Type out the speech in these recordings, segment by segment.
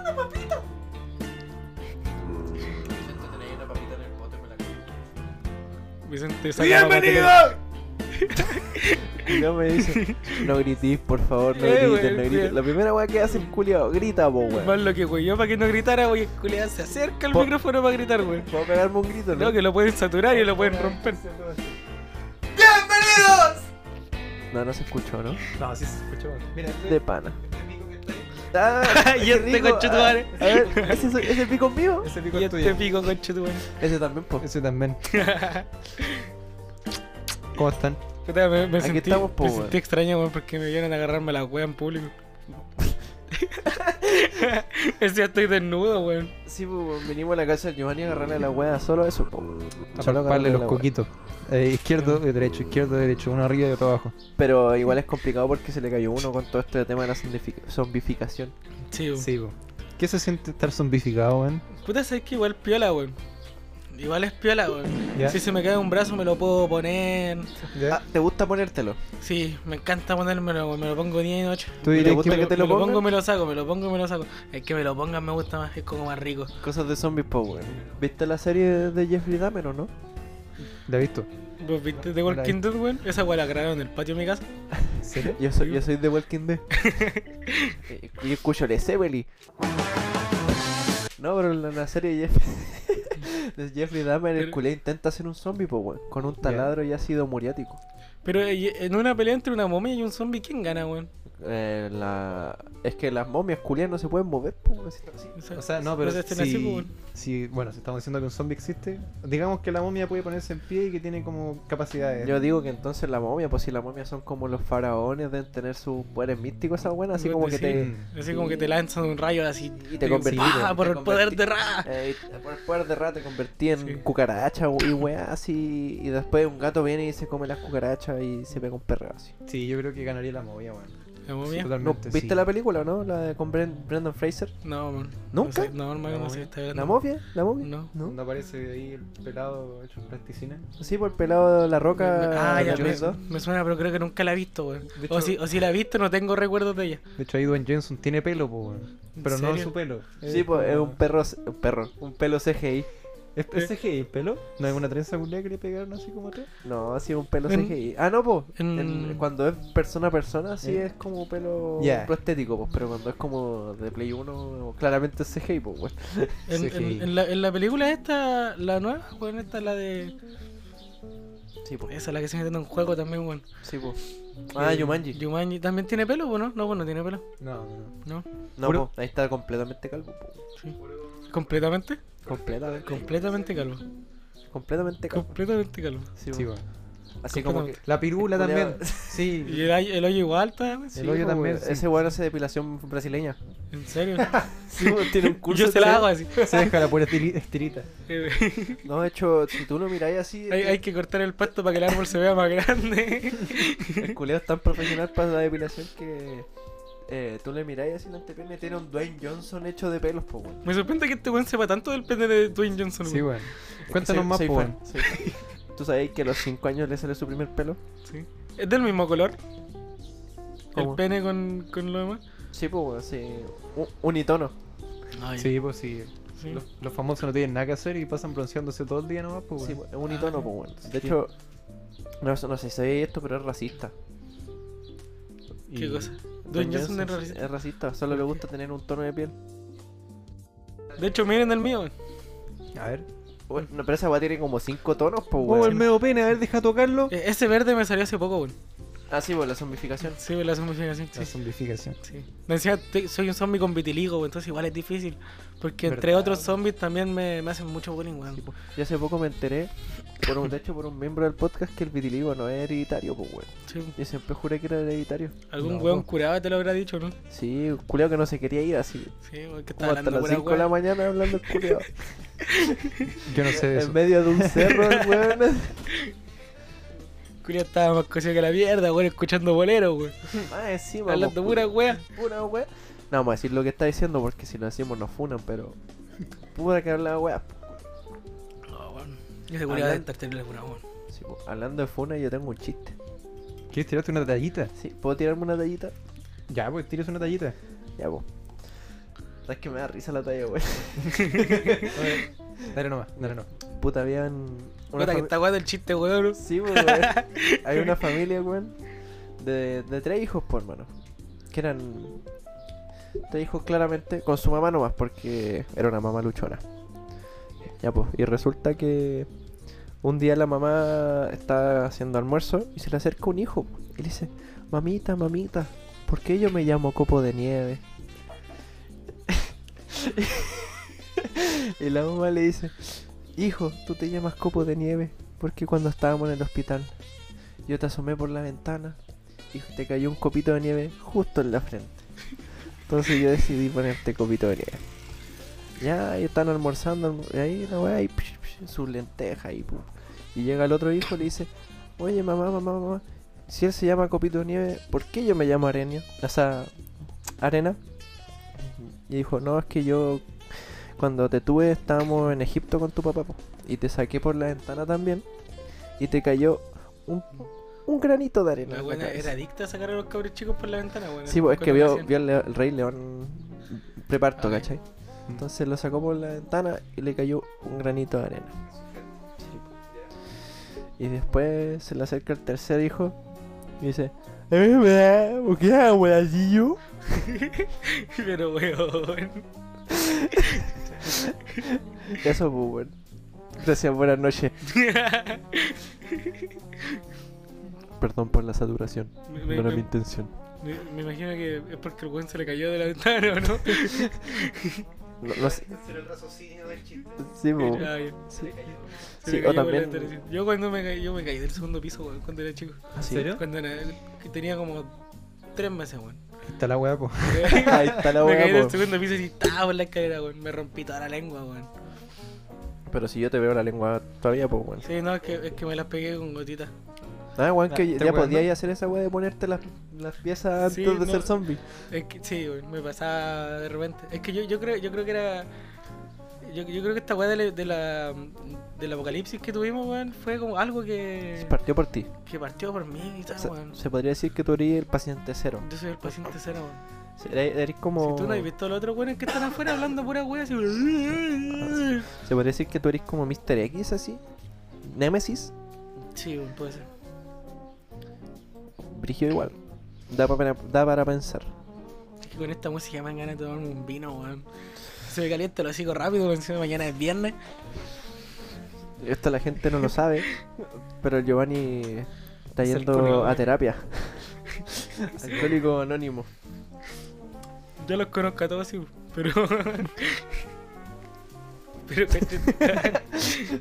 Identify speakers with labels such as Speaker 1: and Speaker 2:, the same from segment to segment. Speaker 1: ¡Una papita!
Speaker 2: Vicente tenía una papita en el pote me la comí.
Speaker 3: Vicente saca la
Speaker 1: ¡Bienvenido!
Speaker 3: papelera.
Speaker 4: Y no me dicen, no gritís, por favor, no
Speaker 3: Eh,
Speaker 4: grites,
Speaker 3: weón,
Speaker 4: no grites.
Speaker 3: bien.
Speaker 4: La primera weá que hace el culiao, grita, po, weón.
Speaker 3: Más lo que güey, yo para que no gritara, güey, el culiao se acerca al
Speaker 4: Po-
Speaker 3: micrófono para gritar, güey.
Speaker 4: ¿Puedo pegarme un grito,
Speaker 3: No,
Speaker 4: no?
Speaker 3: que lo pueden saturar y lo pueden romper.
Speaker 1: ¡Bienvenidos!
Speaker 4: No, no se escuchó, ¿no?
Speaker 3: No, sí se escuchó.
Speaker 1: Mira, tú,
Speaker 4: De pana.
Speaker 1: este pico que está ahí.
Speaker 4: Ah,
Speaker 3: Y
Speaker 4: qué
Speaker 3: este
Speaker 4: rico.
Speaker 3: conchetumare.
Speaker 4: Ah, A ver, ¿ese, soy- ese pico es mío?
Speaker 1: Ese pico
Speaker 3: Y
Speaker 1: es
Speaker 3: este
Speaker 1: tuyo.
Speaker 3: pico, concha tu güey.
Speaker 4: Ese también, po.
Speaker 1: Ese también. ¿Cómo están?
Speaker 3: Puta, me, me
Speaker 4: Aquí
Speaker 3: sentí,
Speaker 4: estamos, po,
Speaker 3: me
Speaker 4: weón.
Speaker 3: sentí extraño, weón, porque me vieron a agarrarme la wea en público. es ya estoy desnudo, weón.
Speaker 4: Sí, po, weón, vinimos a la casa del Giovanni a agarrarle la weá, solo eso, po. Solo
Speaker 1: Taparle
Speaker 4: agarrarle
Speaker 1: los
Speaker 4: la weá.
Speaker 1: coquitos. Eh, izquierdo, eh, derecho, izquierdo, derecho. Uno arriba y otro abajo.
Speaker 4: Pero igual es complicado porque se le cayó uno con todo este tema de la zombifi- zombificación.
Speaker 3: Sí, weón.
Speaker 1: Sí, po. ¿Qué se siente estar zombificado, weón?
Speaker 3: Puta, sabes que igual piola, weón. Igual es piola, weón.
Speaker 1: ¿Ya?
Speaker 3: Si se me cae un brazo me lo puedo poner.
Speaker 1: ¿Ya?
Speaker 4: Ah, ¿te gusta ponértelo?
Speaker 3: Sí, me encanta ponérmelo, weón. Me lo pongo día y noche.
Speaker 1: ¿Tú
Speaker 4: ¿te
Speaker 1: dirías
Speaker 4: gusta
Speaker 1: que,
Speaker 4: que te lo
Speaker 3: me lo pongo,
Speaker 4: pongan?
Speaker 3: me lo saco, me lo pongo, me lo saco. Es que me lo pongan me gusta más, es como más rico.
Speaker 4: Cosas de zombies, po, weón. ¿Viste la serie de Jeffrey Dahmer o no?
Speaker 1: ¿La he visto?
Speaker 3: ¿Vos viste The
Speaker 1: Por ahí.
Speaker 3: Walking Dead, weón? Esa weá la grabaron en el patio de mi casa.
Speaker 1: ¿En serio?
Speaker 4: Yo soy, yo soy de Walking Dead. Eh, yo escucho el Sebeli. No, pero en la- en la serie de Jeffrey, de Jeffrey Dahmer, el
Speaker 3: Pero-
Speaker 4: culiao intenta ser un zombie, po, weón. Con un taladro y ácido muriático.
Speaker 3: Pero eh, en una pelea entre una momia y un zombie, ¿quién gana, weón?
Speaker 4: Eh, la... Es que las momias culiadas no se pueden mover, po, weón, si están así.
Speaker 1: O sea, no, pero
Speaker 3: se hacen
Speaker 1: si,
Speaker 3: así, pues, weón.
Speaker 1: si- bueno, si estamos diciendo que un zombie existe, digamos que la momia puede ponerse en pie y que tiene como capacidades.
Speaker 4: Yo digo que entonces la momia, pues si las momias son como los faraones, deben tener sus poderes místicos, esas buenas, así
Speaker 3: Yo
Speaker 4: como
Speaker 3: te
Speaker 4: que
Speaker 3: sí.
Speaker 4: te.
Speaker 1: Mm.
Speaker 3: Así como que te lanzan un rayo así.
Speaker 4: Y te convertí.
Speaker 3: ¡Ah,
Speaker 4: te
Speaker 3: por el poder de Ra!
Speaker 4: Eh, y por el poder de rata te convertí en
Speaker 3: Sí.
Speaker 4: cucaracha y weá así. Y después un gato viene y se come las cucarachas y se pega un perreo así.
Speaker 1: Sí, yo creo que ganaría la momia, weón.
Speaker 3: ¿La momia?
Speaker 4: No,
Speaker 1: Totalmente.
Speaker 4: ¿Viste
Speaker 1: sí.
Speaker 4: la película, no? La de con Bren- Brendan Fraser.
Speaker 3: No, man.
Speaker 4: ¿Nunca?
Speaker 3: No, sé, no hermano,
Speaker 1: ¿La
Speaker 3: no
Speaker 1: momia?
Speaker 3: sé. Está
Speaker 4: ¿La
Speaker 3: hablando.
Speaker 4: mofia? ¿La mofia?
Speaker 3: No.
Speaker 1: Cuando aparece ahí el pelado hecho plasticina.
Speaker 4: Sí, por el pelado de la roca.
Speaker 3: Ah, ya,
Speaker 4: de
Speaker 3: me,
Speaker 4: Jaws 2.
Speaker 3: me suena, pero creo que nunca la he visto, weón.
Speaker 1: De
Speaker 3: O
Speaker 1: hecho-
Speaker 3: si, o si la he visto, no tengo recuerdos de ella.
Speaker 1: De hecho, ahí Dwayne Johnson tiene pelo, po, weón.
Speaker 3: ¿En
Speaker 1: Pero no
Speaker 3: serio?
Speaker 1: su pelo.
Speaker 4: Sí, pues es
Speaker 1: como-
Speaker 4: un perro, un perro, un pelo CGI.
Speaker 1: ¿Es, es CGI el pelo? ¿No hay una trenza culia que le pegaron así como atrás?
Speaker 4: No, así un pelo
Speaker 3: En-
Speaker 4: CGI. Ah, no, pues.
Speaker 3: en-
Speaker 4: Cuando es persona a persona, sí
Speaker 1: Eh.
Speaker 4: es como pelo
Speaker 1: Ya.
Speaker 4: prostético, pues. Pero cuando es como de Play 1, claramente es CGI, pues, weón.
Speaker 3: En, en-
Speaker 1: CGI.
Speaker 3: en la, en la película esta, la nueva, weón, esta es la de.
Speaker 4: Sí, pues.
Speaker 3: Esa, la que se metiendo en juego también, weón.
Speaker 4: Sí, pues. Ah,
Speaker 3: Eh,
Speaker 4: Yumanji.
Speaker 3: Jumanji también tiene pelo, po, ¿no? No, pues no tiene pelo,
Speaker 1: No, no.
Speaker 3: ¿no?
Speaker 4: No,
Speaker 1: Puro-
Speaker 4: po, ahí está completamente calvo. po.
Speaker 3: ¿Completamente?
Speaker 4: Completamente,
Speaker 3: Completamente calvo.
Speaker 4: completamente calvo.
Speaker 3: Completamente calvo.
Speaker 4: Sí,
Speaker 1: Sí,
Speaker 4: po.
Speaker 1: weón.
Speaker 4: Así como que.
Speaker 3: completamente.
Speaker 1: La pirula
Speaker 4: Culeado.
Speaker 1: también. Sí.
Speaker 3: ¿Y el, ay- el hoyo igual también?
Speaker 4: Sí,
Speaker 1: hoyo
Speaker 4: po,
Speaker 1: también,
Speaker 4: weón.
Speaker 1: sí.
Speaker 4: Ese weón hace depilación brasileña.
Speaker 3: ¿En serio?
Speaker 4: Sí, po, tiene un curso.
Speaker 3: Yo se la
Speaker 4: de-
Speaker 3: hago así. Eh,
Speaker 1: Se deja la pura estiri- estirita.
Speaker 4: eh. No, de hecho, si tú lo miráis así,
Speaker 3: hay, hay que cortar el pasto para que el árbol se vea más grande.
Speaker 4: el culeo es tan profesional para la depilación que. eh, tú le miráis así en la antepierna y tiene un Dwayne Johnson hecho de pelos, po, weón.
Speaker 3: Me sorprende que este weón sepa tanto del pene de Dwayne Johnson.
Speaker 1: Sí,
Speaker 3: weón.
Speaker 1: weón. Cuéntanos
Speaker 4: Soy-
Speaker 1: más,
Speaker 4: soy
Speaker 1: po,
Speaker 4: fan,
Speaker 1: weón.
Speaker 4: soy fan. ¿Tú sabéis que a los 5 años le sale su primer pelo?
Speaker 3: Sí. ¿Es del mismo color?
Speaker 4: ¿Cómo?
Speaker 3: ¿El pene con, con lo demás?
Speaker 4: Sí, pues, weón, sí. Un- unitono.
Speaker 1: Sí, pues sí.
Speaker 3: Sí.
Speaker 1: Los, los famosos no tienen nada que hacer y pasan bronceándose todo el día nomás, pues.
Speaker 4: Sí,
Speaker 1: weón.
Speaker 4: pues, es unitono,
Speaker 3: Ah,
Speaker 4: pues, weón. De hecho, no, no sé si sabéis esto, pero es racista.
Speaker 1: Y-
Speaker 3: ¿Qué cosa? Dwayne Johnson de
Speaker 4: es- es racista, solo le gusta tener un tono de piel.
Speaker 3: De hecho, miren el mío. weón.
Speaker 1: A ver.
Speaker 4: Bueno, pero esa weá tiene como 5 tonos, pues
Speaker 1: Oh, el
Speaker 4: weón.
Speaker 1: medio pene, a ver, deja tocarlo.
Speaker 3: E- Ese verde me salió hace poco, weón.
Speaker 4: Ah, sí, pues la zombificación.
Speaker 3: Sí, weón, la zombificación.
Speaker 1: La
Speaker 3: Sí,
Speaker 1: zombificación.
Speaker 3: sí. Me decía, te- soy un zombie con vitiligo, weón, entonces igual es difícil. Porque entre
Speaker 1: ¿Verdad?
Speaker 3: otros zombies también me, me hacen mucho bullying, weón.
Speaker 4: Sí, pues. Yo hace poco me enteré, por un, de hecho, por un miembro del podcast, que el vitiligo no es hereditario, pues weón.
Speaker 3: Sí.
Speaker 4: Yo siempre juré que era hereditario.
Speaker 3: Algún
Speaker 1: No,
Speaker 3: weón
Speaker 1: po.
Speaker 3: curado te lo habrá dicho, ¿no?
Speaker 4: Sí, un culiao que no se quería ir así.
Speaker 3: Sí, weón, que
Speaker 4: Como
Speaker 3: estaba
Speaker 4: hasta
Speaker 3: hablando
Speaker 4: las
Speaker 3: pura
Speaker 4: 5 de la
Speaker 3: weón.
Speaker 4: mañana hablando el culiao.
Speaker 1: Yo no sé de
Speaker 4: Eh,
Speaker 1: eso.
Speaker 4: en medio de un cerro, el weón.
Speaker 3: Culiao estaba más cosido que la mierda, weón, escuchando bolero, weón.
Speaker 4: Más encima,
Speaker 3: Hablando
Speaker 4: pues,
Speaker 3: pura weón.
Speaker 4: Pura wea. No, vamos a decir lo que está diciendo porque si lo decimos nos funan, pero. Pura que pues. hablaba wea.
Speaker 3: No, weón. Yo se culiao de
Speaker 4: Hablan-
Speaker 3: estar terrible curado, weón.
Speaker 4: pues, Sí, po. Hablando de funas, yo tengo un chiste.
Speaker 1: ¿Quieres tirarte una tallita?
Speaker 4: Sí, ¿puedo tirarme una tallita?
Speaker 1: Ya, pues tiras una tallita.
Speaker 4: Ya, vos. Es que me da risa la talla, güey.
Speaker 1: Oye, Dale nomás, dale nomás.
Speaker 4: Puta, habían. una
Speaker 3: Puta, que
Speaker 4: fami-
Speaker 3: está guato el chiste, weón.
Speaker 4: Sí, pues, güey. Hay una familia, güey. De, de tres hijos, por hermano. Que eran. Tres hijos claramente. Con su mamá nomás, porque era una mamá luchona. Ya, pues. Y resulta que. Un día la mamá está haciendo almuerzo y se le acerca un hijo. pues, Y le dice: Mamita, mamita, ¿por qué yo me llamo copo de nieve? y la mamá le dice: Hijo, tú te llamas copo de nieve porque cuando estábamos en el hospital, yo te asomé por la ventana y te cayó un copito de nieve justo en la frente. Entonces yo decidí ponerte copito de nieve. Ya ahí están almorzando, alm- y ahí la weá, y psh, psh, sus lentejas y pum. Y llega el otro hijo y le dice, oye mamá, mamá, mamá, si él se llama copito de nieve, ¿por qué yo me llamo arenio? O sea, arena. Y dijo, no, es que yo cuando te tuve estábamos en Egipto con tu papá po, y te saqué por la ventana también y te cayó un, un granito de arena.
Speaker 3: La
Speaker 4: en la
Speaker 3: buena
Speaker 4: cabeza".
Speaker 3: era adicta a sacar a los cabros chicos por la ventana, weón.
Speaker 4: Sí, pues es que
Speaker 3: Cuando
Speaker 4: vio,
Speaker 3: nacían.
Speaker 4: vio al leo- el rey león preparto,
Speaker 3: Ah, ya.
Speaker 4: ¿cachai? Entonces lo sacó por la ventana y le cayó un granito de arena.
Speaker 3: pues,
Speaker 4: Y después se le acerca el tercer hijo y dice, "A mí me da- ¿por qué hago así yo?
Speaker 3: Pero, weón.
Speaker 4: Eso, pues, bueno. Gracias, buenas noches. Perdón por la saturación,
Speaker 3: Me-
Speaker 4: no
Speaker 3: me-
Speaker 4: era
Speaker 3: me-
Speaker 4: mi intención.
Speaker 3: Me, me imagino que es porque el weón se le cayó de la ventana, ¿o no?
Speaker 4: No, no sé.
Speaker 2: el raciocinio del chiste.
Speaker 4: Sí, pues, bueno.
Speaker 3: Ah, ya.
Speaker 4: sí.
Speaker 3: Se
Speaker 4: Sí,
Speaker 3: le cayó
Speaker 4: o
Speaker 3: por la
Speaker 4: también-
Speaker 3: ventana, sí. Yo cuando me caí, yo me caí del segundo piso, weón, cuando era chico.
Speaker 4: ¿En
Speaker 1: serio?
Speaker 3: Cuando era- que tenía como tres meses, weón.
Speaker 1: Está la weá, po.
Speaker 4: Ahí está la
Speaker 3: me este-
Speaker 4: weá, pues.
Speaker 3: caí del
Speaker 4: po.
Speaker 3: segundo piso y estaba por la escalera, weón. Me rompí toda la lengua, weón.
Speaker 4: Pero si yo te veo la lengua todavía, pues, bueno.
Speaker 3: Sí, no, es que, es que me las pegué con gotitas.
Speaker 4: Ah, weón,
Speaker 1: Ah,
Speaker 4: que
Speaker 1: este
Speaker 4: ya
Speaker 1: weón,
Speaker 4: podías hacer esa weá de ponerte las, las piezas
Speaker 3: Sí,
Speaker 4: antes de
Speaker 3: no.
Speaker 4: ser zombie.
Speaker 3: Es que, sí, weón, me pasaba de repente. Es que yo, yo creo, yo creo que era. Yo, yo creo que esta weá de la, de la- del apocalipsis que tuvimos, weón, fue como algo que,
Speaker 4: Partió por ti.
Speaker 3: que partió por mí y
Speaker 4: Se,
Speaker 3: tal, Ah, weón.
Speaker 4: se podría decir que tú eres el paciente cero.
Speaker 3: Yo soy el paciente cero, weón.
Speaker 4: Sí, Eres, eres
Speaker 3: Si
Speaker 4: como.
Speaker 3: tú no has visto a los otros weones que están afuera hablando pura wea así.
Speaker 4: Se podría decir que tú eres como Mr. X, así. Nemesis.
Speaker 3: Sí, weón, puede ser.
Speaker 4: Brigio igual. Da para, da para pensar.
Speaker 3: Es que con esta música me dan ganas de tomarme un vino, weón. Se me calienta lo hocico rápido, weón. encima mañana es viernes.
Speaker 4: Esto la gente no lo sabe. pero el Giovanni está
Speaker 1: Es alcohólico,
Speaker 4: yendo a
Speaker 1: güey.
Speaker 4: terapia. Alcohólico anónimo.
Speaker 3: Yo los conozco a todos, sí, pero. pero caché.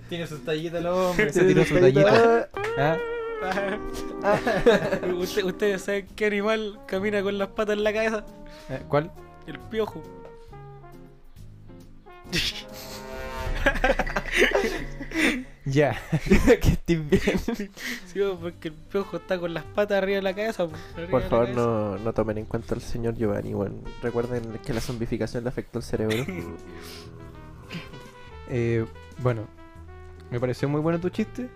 Speaker 1: Tiene su tallita el hombre. Se
Speaker 4: Tiene
Speaker 1: tiró
Speaker 4: su
Speaker 1: su
Speaker 4: tallita.
Speaker 1: tallita. Ah,
Speaker 3: Usted- ustedes saben qué animal camina con las patas en la cabeza.
Speaker 1: eh, ¿Cuál?
Speaker 3: El piojo.
Speaker 1: Ya.
Speaker 4: que estés bien.
Speaker 3: Sí, weón, porque el piojo está con las patas arriba de la cabeza. weón, arriba
Speaker 4: Por
Speaker 3: de la
Speaker 4: favor,
Speaker 3: cabeza.
Speaker 4: no, no tomen en cuenta al señor Giovanni. weón. recuerden que la zombificación le afectó el cerebro.
Speaker 1: Eh, bueno, me pareció muy bueno tu chiste.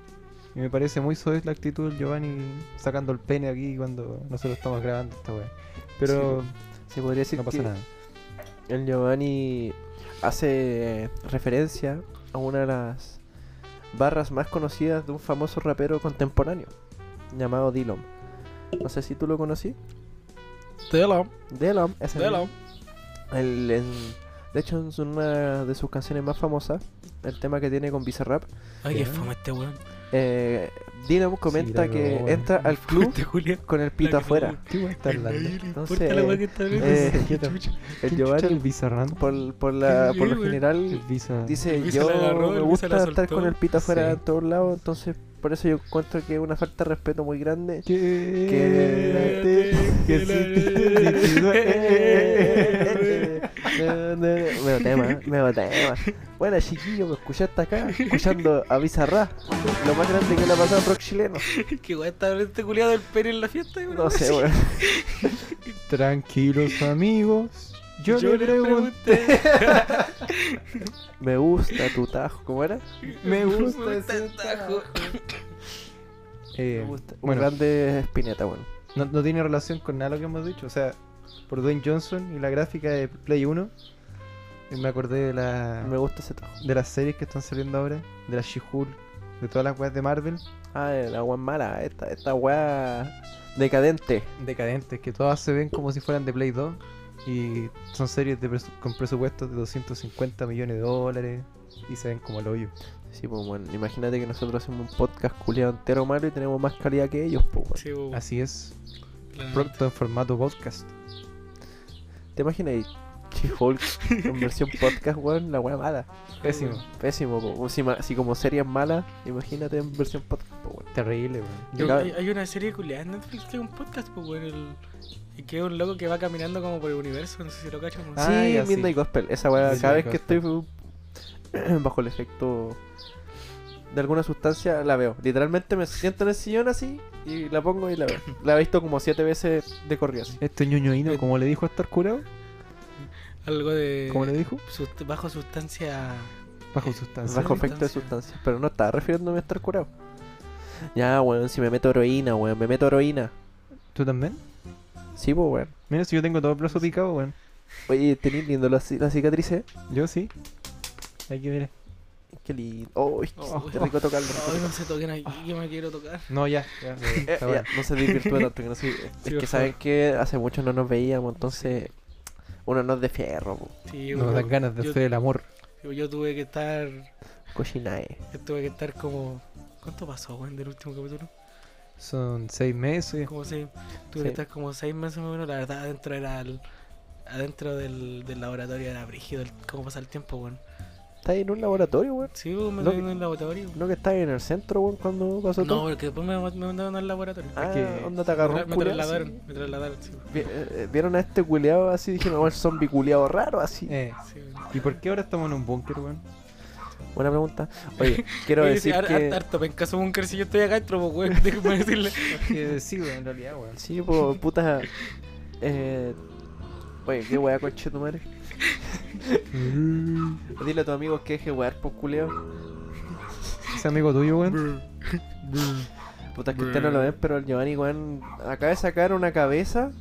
Speaker 1: Y me parece muy soez la actitud del Giovanni sacando el pene aquí cuando nosotros estamos grabando esta weá. Pero
Speaker 4: Se podría decir
Speaker 1: no pasa
Speaker 4: que
Speaker 1: nada.
Speaker 4: el Giovanni hace referencia a una de las barras más conocidas de un famoso rapero contemporáneo llamado Dillom. No sé si tú lo conocí.
Speaker 3: Tela,
Speaker 4: Dillom es el,
Speaker 3: tela.
Speaker 4: el- en- de hecho es una de sus canciones más famosas, el tema que tiene con Bizarrap.
Speaker 3: Ay, qué
Speaker 1: Ya.
Speaker 3: fome este weón.
Speaker 4: Eh, Dillom comenta
Speaker 1: la
Speaker 4: que
Speaker 1: cagó, weón.
Speaker 4: entra al club
Speaker 3: Este Julián.
Speaker 4: con el pito
Speaker 3: La cagó.
Speaker 4: afuera.
Speaker 1: ¿Qué weá está hablando?
Speaker 4: Entonces,
Speaker 3: Importa la weá que está hablando.
Speaker 4: eh,
Speaker 3: Qué chucha.
Speaker 1: yo-
Speaker 4: El
Speaker 1: ¿Quién chucha el
Speaker 4: Giovanni,
Speaker 1: Bizarrap?
Speaker 4: por, por, la,
Speaker 3: Sí,
Speaker 4: por lo
Speaker 3: güey.
Speaker 1: El
Speaker 4: general,
Speaker 1: Bizarrap.
Speaker 4: dice:
Speaker 3: Luis se
Speaker 4: Yo
Speaker 3: la agarró,
Speaker 4: me
Speaker 3: el Luis se la
Speaker 4: gusta estar
Speaker 3: soltó".
Speaker 4: con el pito afuera
Speaker 1: Sí.
Speaker 4: en todos lados, entonces por eso yo encuentro que es una falta de respeto muy grande.
Speaker 1: Quédate, Este, que si te- si
Speaker 4: "Eh,
Speaker 1: duele.
Speaker 4: Nuevo tema, nuevo tema. Bueno, chiquillo, me escuchaste acá, escuchando a Bizarra, lo más grande que le ha pasado al rock chileno.
Speaker 3: Qué weá está hablando este culiado del pene en la fiesta, weón.
Speaker 4: No sé, weón.
Speaker 1: Tranquilos amigos. Yo, le pregunto,
Speaker 4: Me gusta tu tajo, ¿cómo era?
Speaker 1: me gusta
Speaker 3: gusta
Speaker 1: ese
Speaker 3: el tajo.
Speaker 1: tajo. Eh,
Speaker 4: Me gusta. Un
Speaker 1: bueno,
Speaker 4: grande Espineta, bueno.
Speaker 1: no, no tiene relación con nada lo que hemos dicho. O sea, por Dwayne Johnson y la gráfica de Play 1, eh, me acordé de,
Speaker 3: Ah.
Speaker 1: la,
Speaker 4: Me gusta ese trabajo.
Speaker 1: de las series que están saliendo ahora, de la She-Hulk, de todas las weas de Marvel,
Speaker 4: Ah, la weá mala, esta, esta weá decadente.
Speaker 1: decadentes, que todas se ven como si fueran de Play 2 y son series de presu- con presupuestos de 250 millones de dólares y se ven como el hoyo.
Speaker 4: Sí, pues bueno, imagínate que nosotros hacemos un podcast culiado entero malo y tenemos más calidad que ellos, pues bueno.
Speaker 3: Sí, bo,
Speaker 1: Así es,
Speaker 3: claramente.
Speaker 1: pronto en formato podcast.
Speaker 4: ¿Te imaginas She-Hulk en versión podcast, weón? La weá mala.
Speaker 1: Pésimo,
Speaker 4: Pésimo, po. O Si, ma- si como serie es mala, imagínate en versión podcast, po, weón.
Speaker 1: terrible, weón.
Speaker 4: Yo-
Speaker 3: Yo- hay, hay una serie culiada en Netflix que es un podcast, pues, bueno, el, y que es un loco que va caminando como por el universo, no sé si lo cachan. weón.
Speaker 1: Ah,
Speaker 4: sí,
Speaker 1: ya, sí.
Speaker 4: Midnight Gospel. Esa weá,
Speaker 1: Midnight
Speaker 4: cada vez que estoy uh, bajo el efecto de alguna sustancia, la veo. Literalmente me siento en el sillón así y la pongo y la veo. La he visto como siete veces de corrido así.
Speaker 1: Este ñoñoíno, como le dijo a estar curado,
Speaker 3: Algo de
Speaker 1: como le dijo,
Speaker 3: sust- bajo sustancia.
Speaker 1: bajo sustancia.
Speaker 4: Bajo efecto de sustancia. Pero no estaba refiriéndome a estar curado. Ya, weón, si me meto heroína, weón, me meto heroína.
Speaker 1: ¿Tú también?
Speaker 4: Sí, pues, weón.
Speaker 1: Mira, si yo tengo todo el brazo picado, weón.
Speaker 4: Oye, tenés lindo las ci- las cicatrices.
Speaker 1: Yo sí. Hay que ver.
Speaker 4: Qué lindo. Oh, qué
Speaker 3: Oh,
Speaker 4: qué rico tocarlo. rico
Speaker 3: Ay, no se toquen aquí, que me quiero tocar.
Speaker 1: No, ya, ya.
Speaker 4: Eh,
Speaker 1: Está
Speaker 4: ya,
Speaker 1: bueno.
Speaker 4: no se divirtió tanto que no sé-
Speaker 3: Sí,
Speaker 4: es
Speaker 3: por
Speaker 4: que saben
Speaker 3: favor.
Speaker 4: que hace mucho no nos veíamos, entonces uno no es de fierro, po.
Speaker 3: Sí,
Speaker 1: Nos
Speaker 3: weón.
Speaker 1: dan ganas de
Speaker 3: yo,
Speaker 1: hacer el amor.
Speaker 3: yo- yo tuve que estar.
Speaker 4: Cochinae.
Speaker 3: yo tuve que estar como. ¿Cuánto pasó, weón, del último capítulo?
Speaker 1: Son seis meses.
Speaker 3: Como seis. Tuve
Speaker 4: Sí.
Speaker 3: que estar como seis meses más o menos. La verdad, adentro era. el- adentro del, del laboratorio era brígido el- cómo pasa el tiempo, weón.
Speaker 4: Estás en un laboratorio, weón.
Speaker 3: Sí, weón, me
Speaker 4: No,
Speaker 3: mandaron al laboratorio.
Speaker 4: No que estás en el centro, weón, cuando pasó
Speaker 3: No,
Speaker 4: todo.
Speaker 3: porque después me, me mandaron al laboratorio.
Speaker 4: Ah,
Speaker 1: que-
Speaker 4: onda te
Speaker 3: Me,
Speaker 4: agarró
Speaker 3: tra-
Speaker 4: un
Speaker 3: me
Speaker 4: culiao
Speaker 3: trasladaron,
Speaker 4: así.
Speaker 3: me trasladaron, sí.
Speaker 4: Vi- eh, Vieron a este culeado así, dijeron, oh, el zombie culeado raro así.
Speaker 1: Eh,
Speaker 3: sí.
Speaker 1: ¿Y por qué ahora estamos en un búnker, weón?
Speaker 4: Buena pregunta. Oye, quiero
Speaker 3: Oye,
Speaker 4: decir
Speaker 3: sí, har- har-
Speaker 4: que.
Speaker 3: harto pencaso búnker si yo estoy acá entro, pues, weón, déjame decirle.
Speaker 1: Porque sí, weón, en realidad, weón.
Speaker 4: Sí, po, puta. Eh. Oye, qué weá, coche tu madre.
Speaker 1: Mm.
Speaker 4: Dile a tus amigos que deje wear, po, culeado.
Speaker 1: Ese amigo tuyo, weón.
Speaker 4: Puta, es que ustedes no lo ven, pero el Giovanni, weón, acaba de sacar una cabeza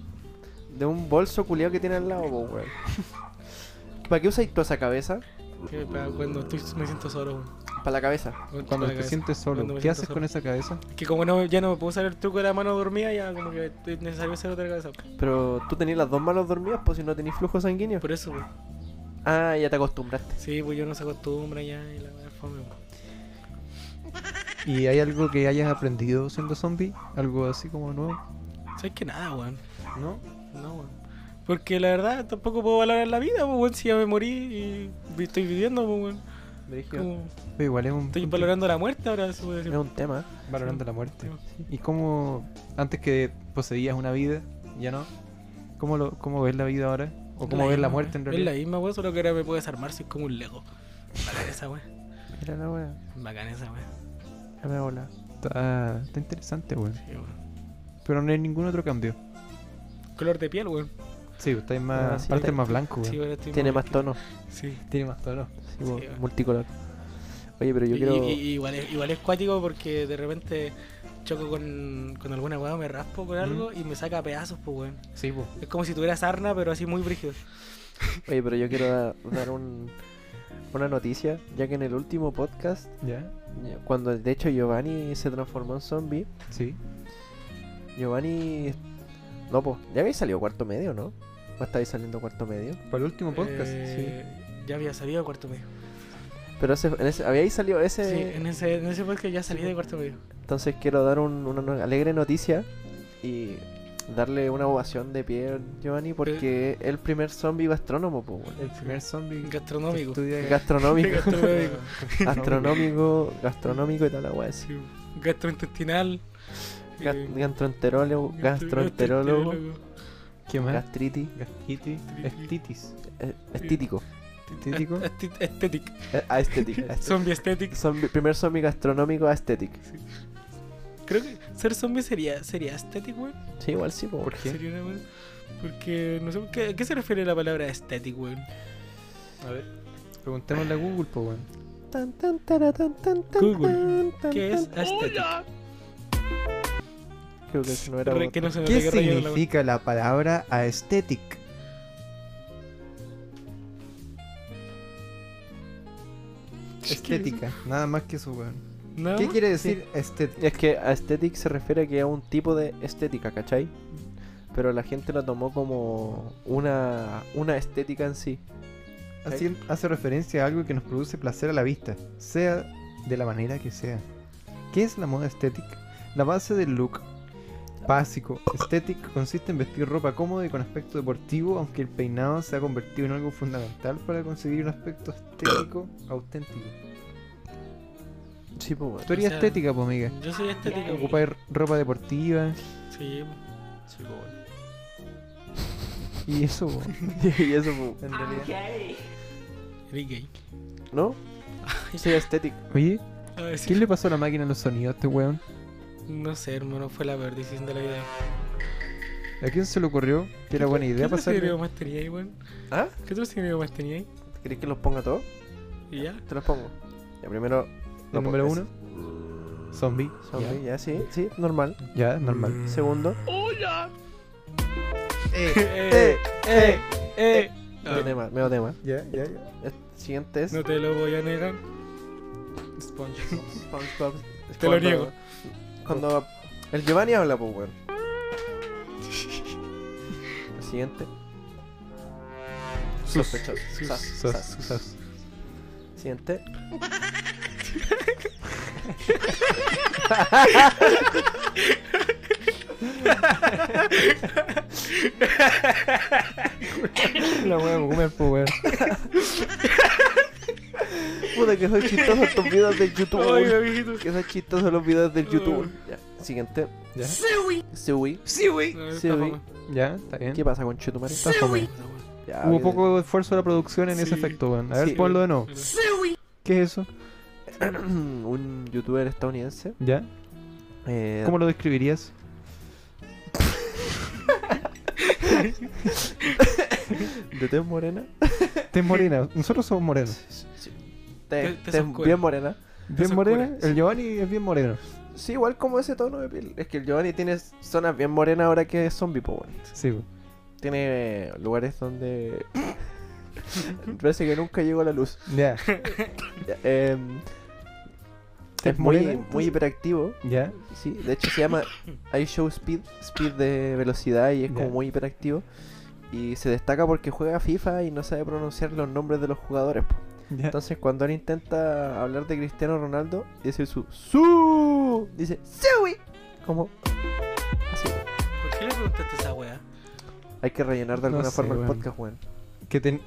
Speaker 4: de un bolso culiado que tiene al lado, po, weón. ¿Para qué usáis toda esa cabeza?
Speaker 3: Sí, para cuando estoy, me siento solo, weón.
Speaker 4: Para la cabeza.
Speaker 3: Cuando
Speaker 1: Cuando te
Speaker 3: estoy solo en la
Speaker 1: sientes solo,
Speaker 3: Cuando me
Speaker 1: ¿qué
Speaker 3: siento
Speaker 1: haces
Speaker 3: solo.
Speaker 1: con esa cabeza?
Speaker 3: cabeza. Que como no, ya no me puedo usar el truco de la mano dormida, ya como que es necesario hacer otra cabeza.
Speaker 4: Pero tú tenías las dos manos dormidas, pues si no tenías flujo sanguíneo.
Speaker 3: Por eso, weón.
Speaker 4: Ah, ya te acostumbraste.
Speaker 3: Sí, pues yo no se acostumbra ya y la weá es fome, weón.
Speaker 1: ¿Y hay algo que hayas aprendido siendo zombie? ¿Algo así como nuevo?
Speaker 3: ¿Sabes que nada, weón?
Speaker 1: ¿No?
Speaker 3: No, weón. Porque la verdad tampoco puedo valorar la vida, pues, weón, si ya me morí y estoy viviendo, pues, weón. Como-
Speaker 1: Pero igual es un.
Speaker 3: Estoy
Speaker 1: punto-
Speaker 3: valorando la muerte ahora, se puede
Speaker 4: Es
Speaker 3: decir.
Speaker 4: un tema.
Speaker 1: Valorando la muerte.
Speaker 3: Sí.
Speaker 1: ¿Y cómo antes que poseías una vida, ya no? ¿Cómo, lo, cómo ves la vida ahora? ¿O cómo ves
Speaker 3: misma,
Speaker 1: la muerte en
Speaker 3: weón. Es la
Speaker 1: realidad?
Speaker 3: misma, weón, solo que ahora me puedo desarmar, soy como un lego. Bacán esa weá,
Speaker 4: Mira la weá.
Speaker 3: bacán esa weá.
Speaker 4: Ya me vola.
Speaker 1: Está, está interesante, weón.
Speaker 3: Sí, weón.
Speaker 1: Pero no hay ningún otro cambio.
Speaker 3: Color de piel, weón.
Speaker 1: Sí, pues, está ahí más.
Speaker 4: Ah, sí,
Speaker 1: parte
Speaker 4: está-
Speaker 1: más blanco, weón.
Speaker 3: Sí, ahora estoy
Speaker 4: Tiene más tono.
Speaker 3: Sí.
Speaker 1: Tiene más tono.
Speaker 4: Sí, po,
Speaker 3: Sí, weón.
Speaker 4: multicolor. Oye, pero yo
Speaker 3: Y-
Speaker 4: quiero.
Speaker 3: y- y igual, es, igual es cuático porque de repente choco con, con alguna weá, me raspo con algo y me saca a pedazos, pues weón.
Speaker 1: Sí, pues.
Speaker 3: Es como si tuviera sarna, pero así muy brígido.
Speaker 4: Oye, pero yo quiero da- dar un, una noticia, ya que en el último podcast
Speaker 1: ¿Ya?
Speaker 4: Cuando de hecho Giovanni se transformó en zombie,
Speaker 1: Sí.
Speaker 4: Giovanni. No, pues, ya habéis salido cuarto medio, ¿no? ¿O estáis saliendo cuarto medio?
Speaker 1: Para el último podcast.
Speaker 3: Eh, Ya había salido de cuarto medio.
Speaker 4: Pero ese, en ese- habíais salido
Speaker 3: Sí,
Speaker 4: ese.
Speaker 3: en ese, en ese podcast ya salí de cuarto medio.
Speaker 4: Entonces quiero dar un- una no- alegre noticia y darle una ovación de pie a Giovanni
Speaker 3: Eh.
Speaker 4: porque es el primer zombie gastrónomo, pues,
Speaker 1: sí. El primer zombie. que
Speaker 3: Gastronómico.
Speaker 1: estudia-
Speaker 4: Gastronómico,
Speaker 3: Gastronómico.
Speaker 4: gastronómico, gastronómico y tal, la wea, sí.
Speaker 3: Sí, Gastrointestinal.
Speaker 4: Gas-
Speaker 3: eh,
Speaker 4: gastroenterólogo, gastroenterólogo,
Speaker 1: ¿Qué más?
Speaker 4: gastritis,
Speaker 1: Gastitis. Estitis.
Speaker 4: eh, estítico,
Speaker 1: Estítico.
Speaker 3: Esti- Aesthetic.
Speaker 4: eh, aesthetic, aesthetic.
Speaker 3: Zombie aesthetic.
Speaker 4: Zombi- primer zombie gastronómico aesthetic.
Speaker 3: Creo que ser zombie sería, sería aesthetic, weón.
Speaker 4: Sí, igual sí, po.
Speaker 1: ¿Por qué?
Speaker 3: Sería una weón. Porque no sé, ¿qué, ¿a qué se refiere la palabra aesthetic, weón?
Speaker 1: A ver. Preguntémosle a Google, pues, weón.
Speaker 4: Tan, tan, tara, tan, tan, tan,
Speaker 3: Google,
Speaker 4: tan,
Speaker 3: ¿Qué
Speaker 4: tan,
Speaker 3: es aesthetic?
Speaker 4: Creo que eso no era
Speaker 3: Re- Que no se me
Speaker 1: ¿Qué
Speaker 3: pegue rayo en la-
Speaker 1: significa la palabra aesthetic? Estética, nada más que eso, weón.
Speaker 3: ¿No?
Speaker 1: ¿Qué quiere decir estética?
Speaker 4: Es que aesthetic se refiere a que a un tipo de estética, ¿cachai? Pero la gente lo tomó como una, una estética en sí.
Speaker 1: Así hace referencia a algo que nos produce placer a la vista, sea de la manera que sea. ¿Qué es la moda estética? La base del look básico estético consiste en vestir ropa cómoda y con aspecto deportivo, aunque el peinado se ha convertido en algo fundamental para conseguir un aspecto estético auténtico.
Speaker 4: Sí, pues,
Speaker 1: Tú eres
Speaker 3: O sea, eh,
Speaker 1: estética, pues, amiga.
Speaker 3: Yo soy estético.
Speaker 1: Ocupar ropa deportiva
Speaker 3: Sí,
Speaker 2: Sí, bueno.
Speaker 1: y eso, po,
Speaker 4: y eso, po,
Speaker 1: en realidad.
Speaker 3: eres gay.
Speaker 4: ¿no? Sí, estética.
Speaker 1: Oye,
Speaker 3: A ver, sí.
Speaker 1: ¿qué le pasó a la máquina de los sonidos a este weón?
Speaker 3: No sé, hermano, fue la peor decisión de la vida.
Speaker 1: ¿A quién se le ocurrió que era buena idea
Speaker 3: ¿Qué otro
Speaker 1: pasarle?
Speaker 3: significado más tenía ahí, weón?
Speaker 4: ¿Ah?
Speaker 3: ¿Qué otro significado más tenía ahí?
Speaker 4: ¿Querés que los ponga todos?
Speaker 3: ¿Y ya?
Speaker 4: Te los pongo. Ya, primero.
Speaker 1: El
Speaker 4: no,
Speaker 1: número
Speaker 4: pues,
Speaker 1: uno, zombie.
Speaker 4: Zombie, ya, sí, sí, normal.
Speaker 1: Ya,
Speaker 3: Mm.
Speaker 1: normal.
Speaker 4: Segundo.
Speaker 3: ¡Eh! ¡Eh! ¡Eh!
Speaker 4: Medio tema, medio tema.
Speaker 1: Ya, ya, ya.
Speaker 4: El siguiente es.
Speaker 3: No te lo voy a negar. SpongeBob.
Speaker 4: SpongeBob.
Speaker 3: Te lo niego.
Speaker 4: Cuando el Giovanni habla, pues, weón. El siguiente. Sospechoso.
Speaker 3: Sus.
Speaker 4: Sas,
Speaker 1: Sos,
Speaker 4: sas.
Speaker 1: sos.
Speaker 4: Siguiente.
Speaker 1: La wea me come, po, pues, weón.
Speaker 4: Puta, que son chistosos estos videos del YouTube.
Speaker 3: Ay,
Speaker 4: weón.
Speaker 3: amiguito.
Speaker 4: que son chistosos los videos del YouTube. Ya. Siguiente.
Speaker 1: Ya,
Speaker 4: Sewi.
Speaker 3: No,
Speaker 4: Sí,
Speaker 3: está
Speaker 4: vi.
Speaker 3: fome.
Speaker 1: ya, está bien.
Speaker 4: ¿Qué pasa con Chutumare?
Speaker 1: Está fome.
Speaker 4: Ya,
Speaker 1: Hubo
Speaker 4: bien.
Speaker 1: poco esfuerzo de la producción en ese
Speaker 3: Sí.
Speaker 1: efecto, weón. A ver,
Speaker 4: Sí.
Speaker 1: ponlo de nuevo. ¿Qué es eso?
Speaker 4: Un youtuber estadounidense.
Speaker 1: ¿Ya?
Speaker 4: Eh,
Speaker 1: ¿Cómo lo describirías?
Speaker 4: De tez morena.
Speaker 1: Tez morena. Nosotros somos morenos.
Speaker 4: Te,
Speaker 3: Te- te
Speaker 4: te-
Speaker 3: oscura.
Speaker 4: bien morena.
Speaker 1: Bien
Speaker 3: Esa
Speaker 1: morena.
Speaker 3: oscura.
Speaker 1: El Giovanni es bien moreno.
Speaker 4: Sí, igual como ese tono de piel. Es que el Giovanni tiene zonas bien morenas ahora que es zombie, po, weón.
Speaker 1: Sí, po.
Speaker 4: Tiene eh, lugares donde. Parece que nunca llegó la luz.
Speaker 1: Ya,
Speaker 4: Ya, em,
Speaker 1: Tez
Speaker 4: es muy,
Speaker 1: morena, entonces.
Speaker 4: muy hiperactivo.
Speaker 1: ya.
Speaker 4: Sí, de hecho se llama I Show Speed, Speed de velocidad y es como
Speaker 1: Ya.
Speaker 4: muy hiperactivo. Y se destaca porque juega FIFA y no sabe pronunciar los nombres de los jugadores. po.
Speaker 1: ya.
Speaker 4: Entonces cuando él intenta hablar de Cristiano Ronaldo, dice su su dice Sui como así.
Speaker 3: ¿Por qué le preguntaste esa weá?
Speaker 4: Hay que rellenar de
Speaker 1: No
Speaker 4: alguna
Speaker 1: sé,
Speaker 4: forma el
Speaker 1: weón.
Speaker 4: podcast, weón.
Speaker 1: Que ten-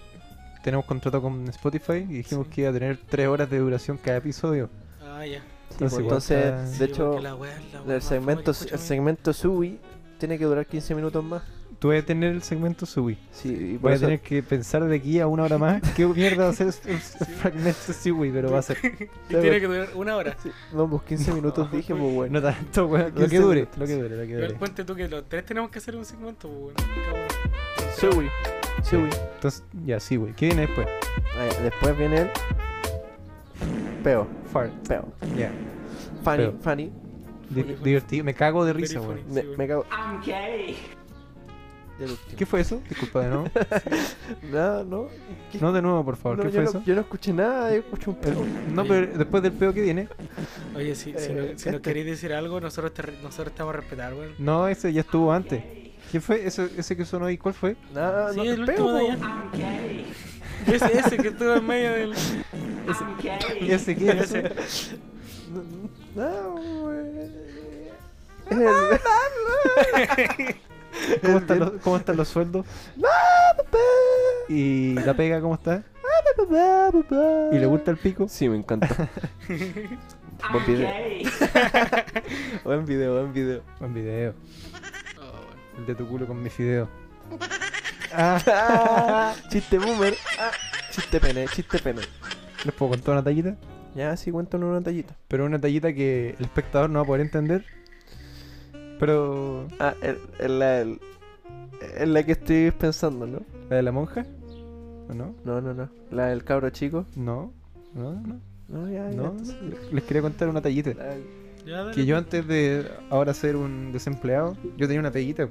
Speaker 1: tenemos contrato con Spotify y dijimos que iba a tener 3 horas de duración cada episodio.
Speaker 3: Ah, ya.
Speaker 4: Sí,
Speaker 1: Entonces,
Speaker 4: pues,
Speaker 1: igual
Speaker 4: entonces,
Speaker 1: está-
Speaker 4: de
Speaker 1: Sí,
Speaker 3: Sí,
Speaker 4: hecho,
Speaker 3: porque la weá es la weá
Speaker 4: el
Speaker 3: más fome
Speaker 4: segmento,
Speaker 3: que
Speaker 4: el
Speaker 3: escucho,
Speaker 4: segmento Sui tiene que durar 15 minutos más.
Speaker 1: Tú vas a tener el segmento subí.
Speaker 4: Sí, y por
Speaker 1: Voy a
Speaker 4: eso-
Speaker 1: tener que pensar de aquí a una hora más qué mierda va a ser el, el fragmento Siwi, pero va a ser.
Speaker 3: amigo. Y tiene que durar una hora.
Speaker 4: Sí, no, pues 15 minutos dije, pues bueno.
Speaker 1: No tanto, weón. Lo
Speaker 4: 15
Speaker 1: que dure,
Speaker 4: minutos.
Speaker 1: lo que dure, lo que
Speaker 3: Igual
Speaker 1: dure.
Speaker 3: ponte tú que los tres tenemos que hacer un segmento, pues, weón.
Speaker 4: Sui, Sui.
Speaker 1: Entonces, ya, sí, güey. ¿Qué viene después?
Speaker 4: Eh, Después viene el peo,
Speaker 1: Fart.
Speaker 4: peo.
Speaker 1: Ya.
Speaker 4: Funny,
Speaker 1: Peo.
Speaker 4: funny.
Speaker 3: Funny,
Speaker 1: Di-
Speaker 3: funny.
Speaker 1: divertido. Me cago de risa,
Speaker 3: Very
Speaker 1: güey.
Speaker 3: funny.
Speaker 4: Me,
Speaker 3: Sí,
Speaker 4: me cago.
Speaker 1: ¿Qué fue eso? Disculpa de nuevo.
Speaker 4: Nada, no. ¿Qué-
Speaker 1: No, de nuevo, por favor.
Speaker 4: no,
Speaker 1: ¿Qué
Speaker 4: yo,
Speaker 1: fue
Speaker 4: no,
Speaker 1: eso? Eh,
Speaker 4: yo no escuché nada, yo escuché un peo.
Speaker 1: El- no, pero después del peo que viene.
Speaker 3: Oye, si, si,
Speaker 4: Eh,
Speaker 3: no, si nos
Speaker 4: este.
Speaker 3: queréis decir algo, nosotros, te, re- nosotros te vamos a respetar, weón.
Speaker 1: No, ese ya estuvo antes. ¿Qué fue? ¿Ese, ese que sonó ahí? ¿Cuál fue?
Speaker 4: Nada,
Speaker 3: Sí,
Speaker 4: no
Speaker 3: el
Speaker 4: te pego,
Speaker 3: último de
Speaker 4: po.
Speaker 3: allá. Ese, ese que estuvo en medio del.
Speaker 1: ¿Ese qué? ¿Ese?
Speaker 4: No, no, güey. Es el-
Speaker 1: ¿Cómo, están los, ¿Cómo están los sueldos? ¿Y la pega cómo está? ¿Y le gusta el pico?
Speaker 4: Sí, me encanta. buen video. buen video, buen video.
Speaker 1: Buen video.
Speaker 3: Oh, weón.
Speaker 1: El de tu culo con mi fideo. Ah,
Speaker 4: Ah, chiste boomer. Ah, chiste pene, chiste pene.
Speaker 1: les puedo contar una tallita.
Speaker 4: Ya, sí, cuéntanos una tallita.
Speaker 1: Pero una tallita que el espectador no va a poder entender. Pero.
Speaker 4: Ah, el- el- la, el- en la que estoy pensando, ¿no?
Speaker 1: ¿La de la monja? ¿O no?
Speaker 4: No, no, no. La del cabro chico.
Speaker 1: No. No, no.
Speaker 4: No, ya, ya,
Speaker 1: No,
Speaker 4: entonces-
Speaker 1: Les quería contar una tallita.
Speaker 4: La-
Speaker 3: Ya, dale,
Speaker 1: Que yo
Speaker 3: pues,
Speaker 1: antes de ahora ser un desempleado, yo tenía una peguita.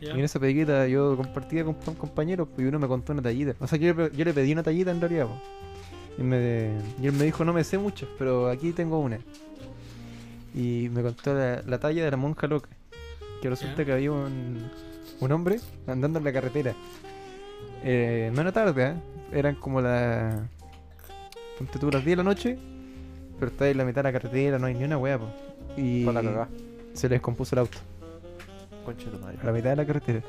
Speaker 3: ya.
Speaker 1: Y en esa peguita yo compartía con, con compañeros pues, y uno me contó una tallita. O sea, que yo, le- yo le pedí una tallita en realidad. po. Y, me, y él me dijo, no me sé muchas, pero aquí tengo una. Y me contó la, la talla de la monja loca. Que resulta
Speaker 3: Ya.
Speaker 1: que había un, un hombre andando en la carretera. Eh, no era tarde, ¿eh? eran como las... Ponte tú las 10 de la noche, pero está en la mitad de la carretera, no hay ni una hueá. po. Y
Speaker 4: Con la cagá.
Speaker 1: se les compuso el auto,
Speaker 4: Concha de tu madre.
Speaker 1: a la mitad de la carretera.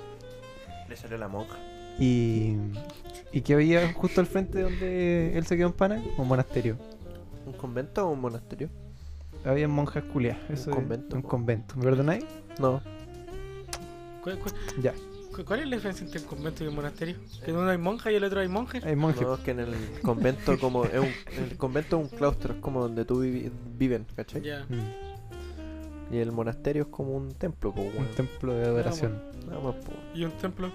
Speaker 4: Le salió la monja.
Speaker 1: Y, y que había justo al frente donde él se quedó en pana, un monasterio.
Speaker 4: ¿Un convento o un monasterio?
Speaker 1: Había monjas culias. Eso es,
Speaker 4: convento,
Speaker 1: Un
Speaker 4: po.
Speaker 1: convento. ¿Me perdonáis?
Speaker 4: No.
Speaker 3: ¿Cuál, cuál-
Speaker 1: Ya.
Speaker 3: cu- cuál es la diferencia entre un convento y un monasterio? Que en uno hay monja y el otro hay monje.
Speaker 1: Hay monjes.
Speaker 4: No, es que en el convento como es un, el convento es un claustro, es como donde tú vivi- viven, ¿cachai?
Speaker 3: Ya.
Speaker 1: Mm,
Speaker 4: Y el monasterio es como un templo, po,
Speaker 1: Un
Speaker 4: weón.
Speaker 1: templo de adoración.
Speaker 4: Nada más, po. Es
Speaker 3: Y un templo.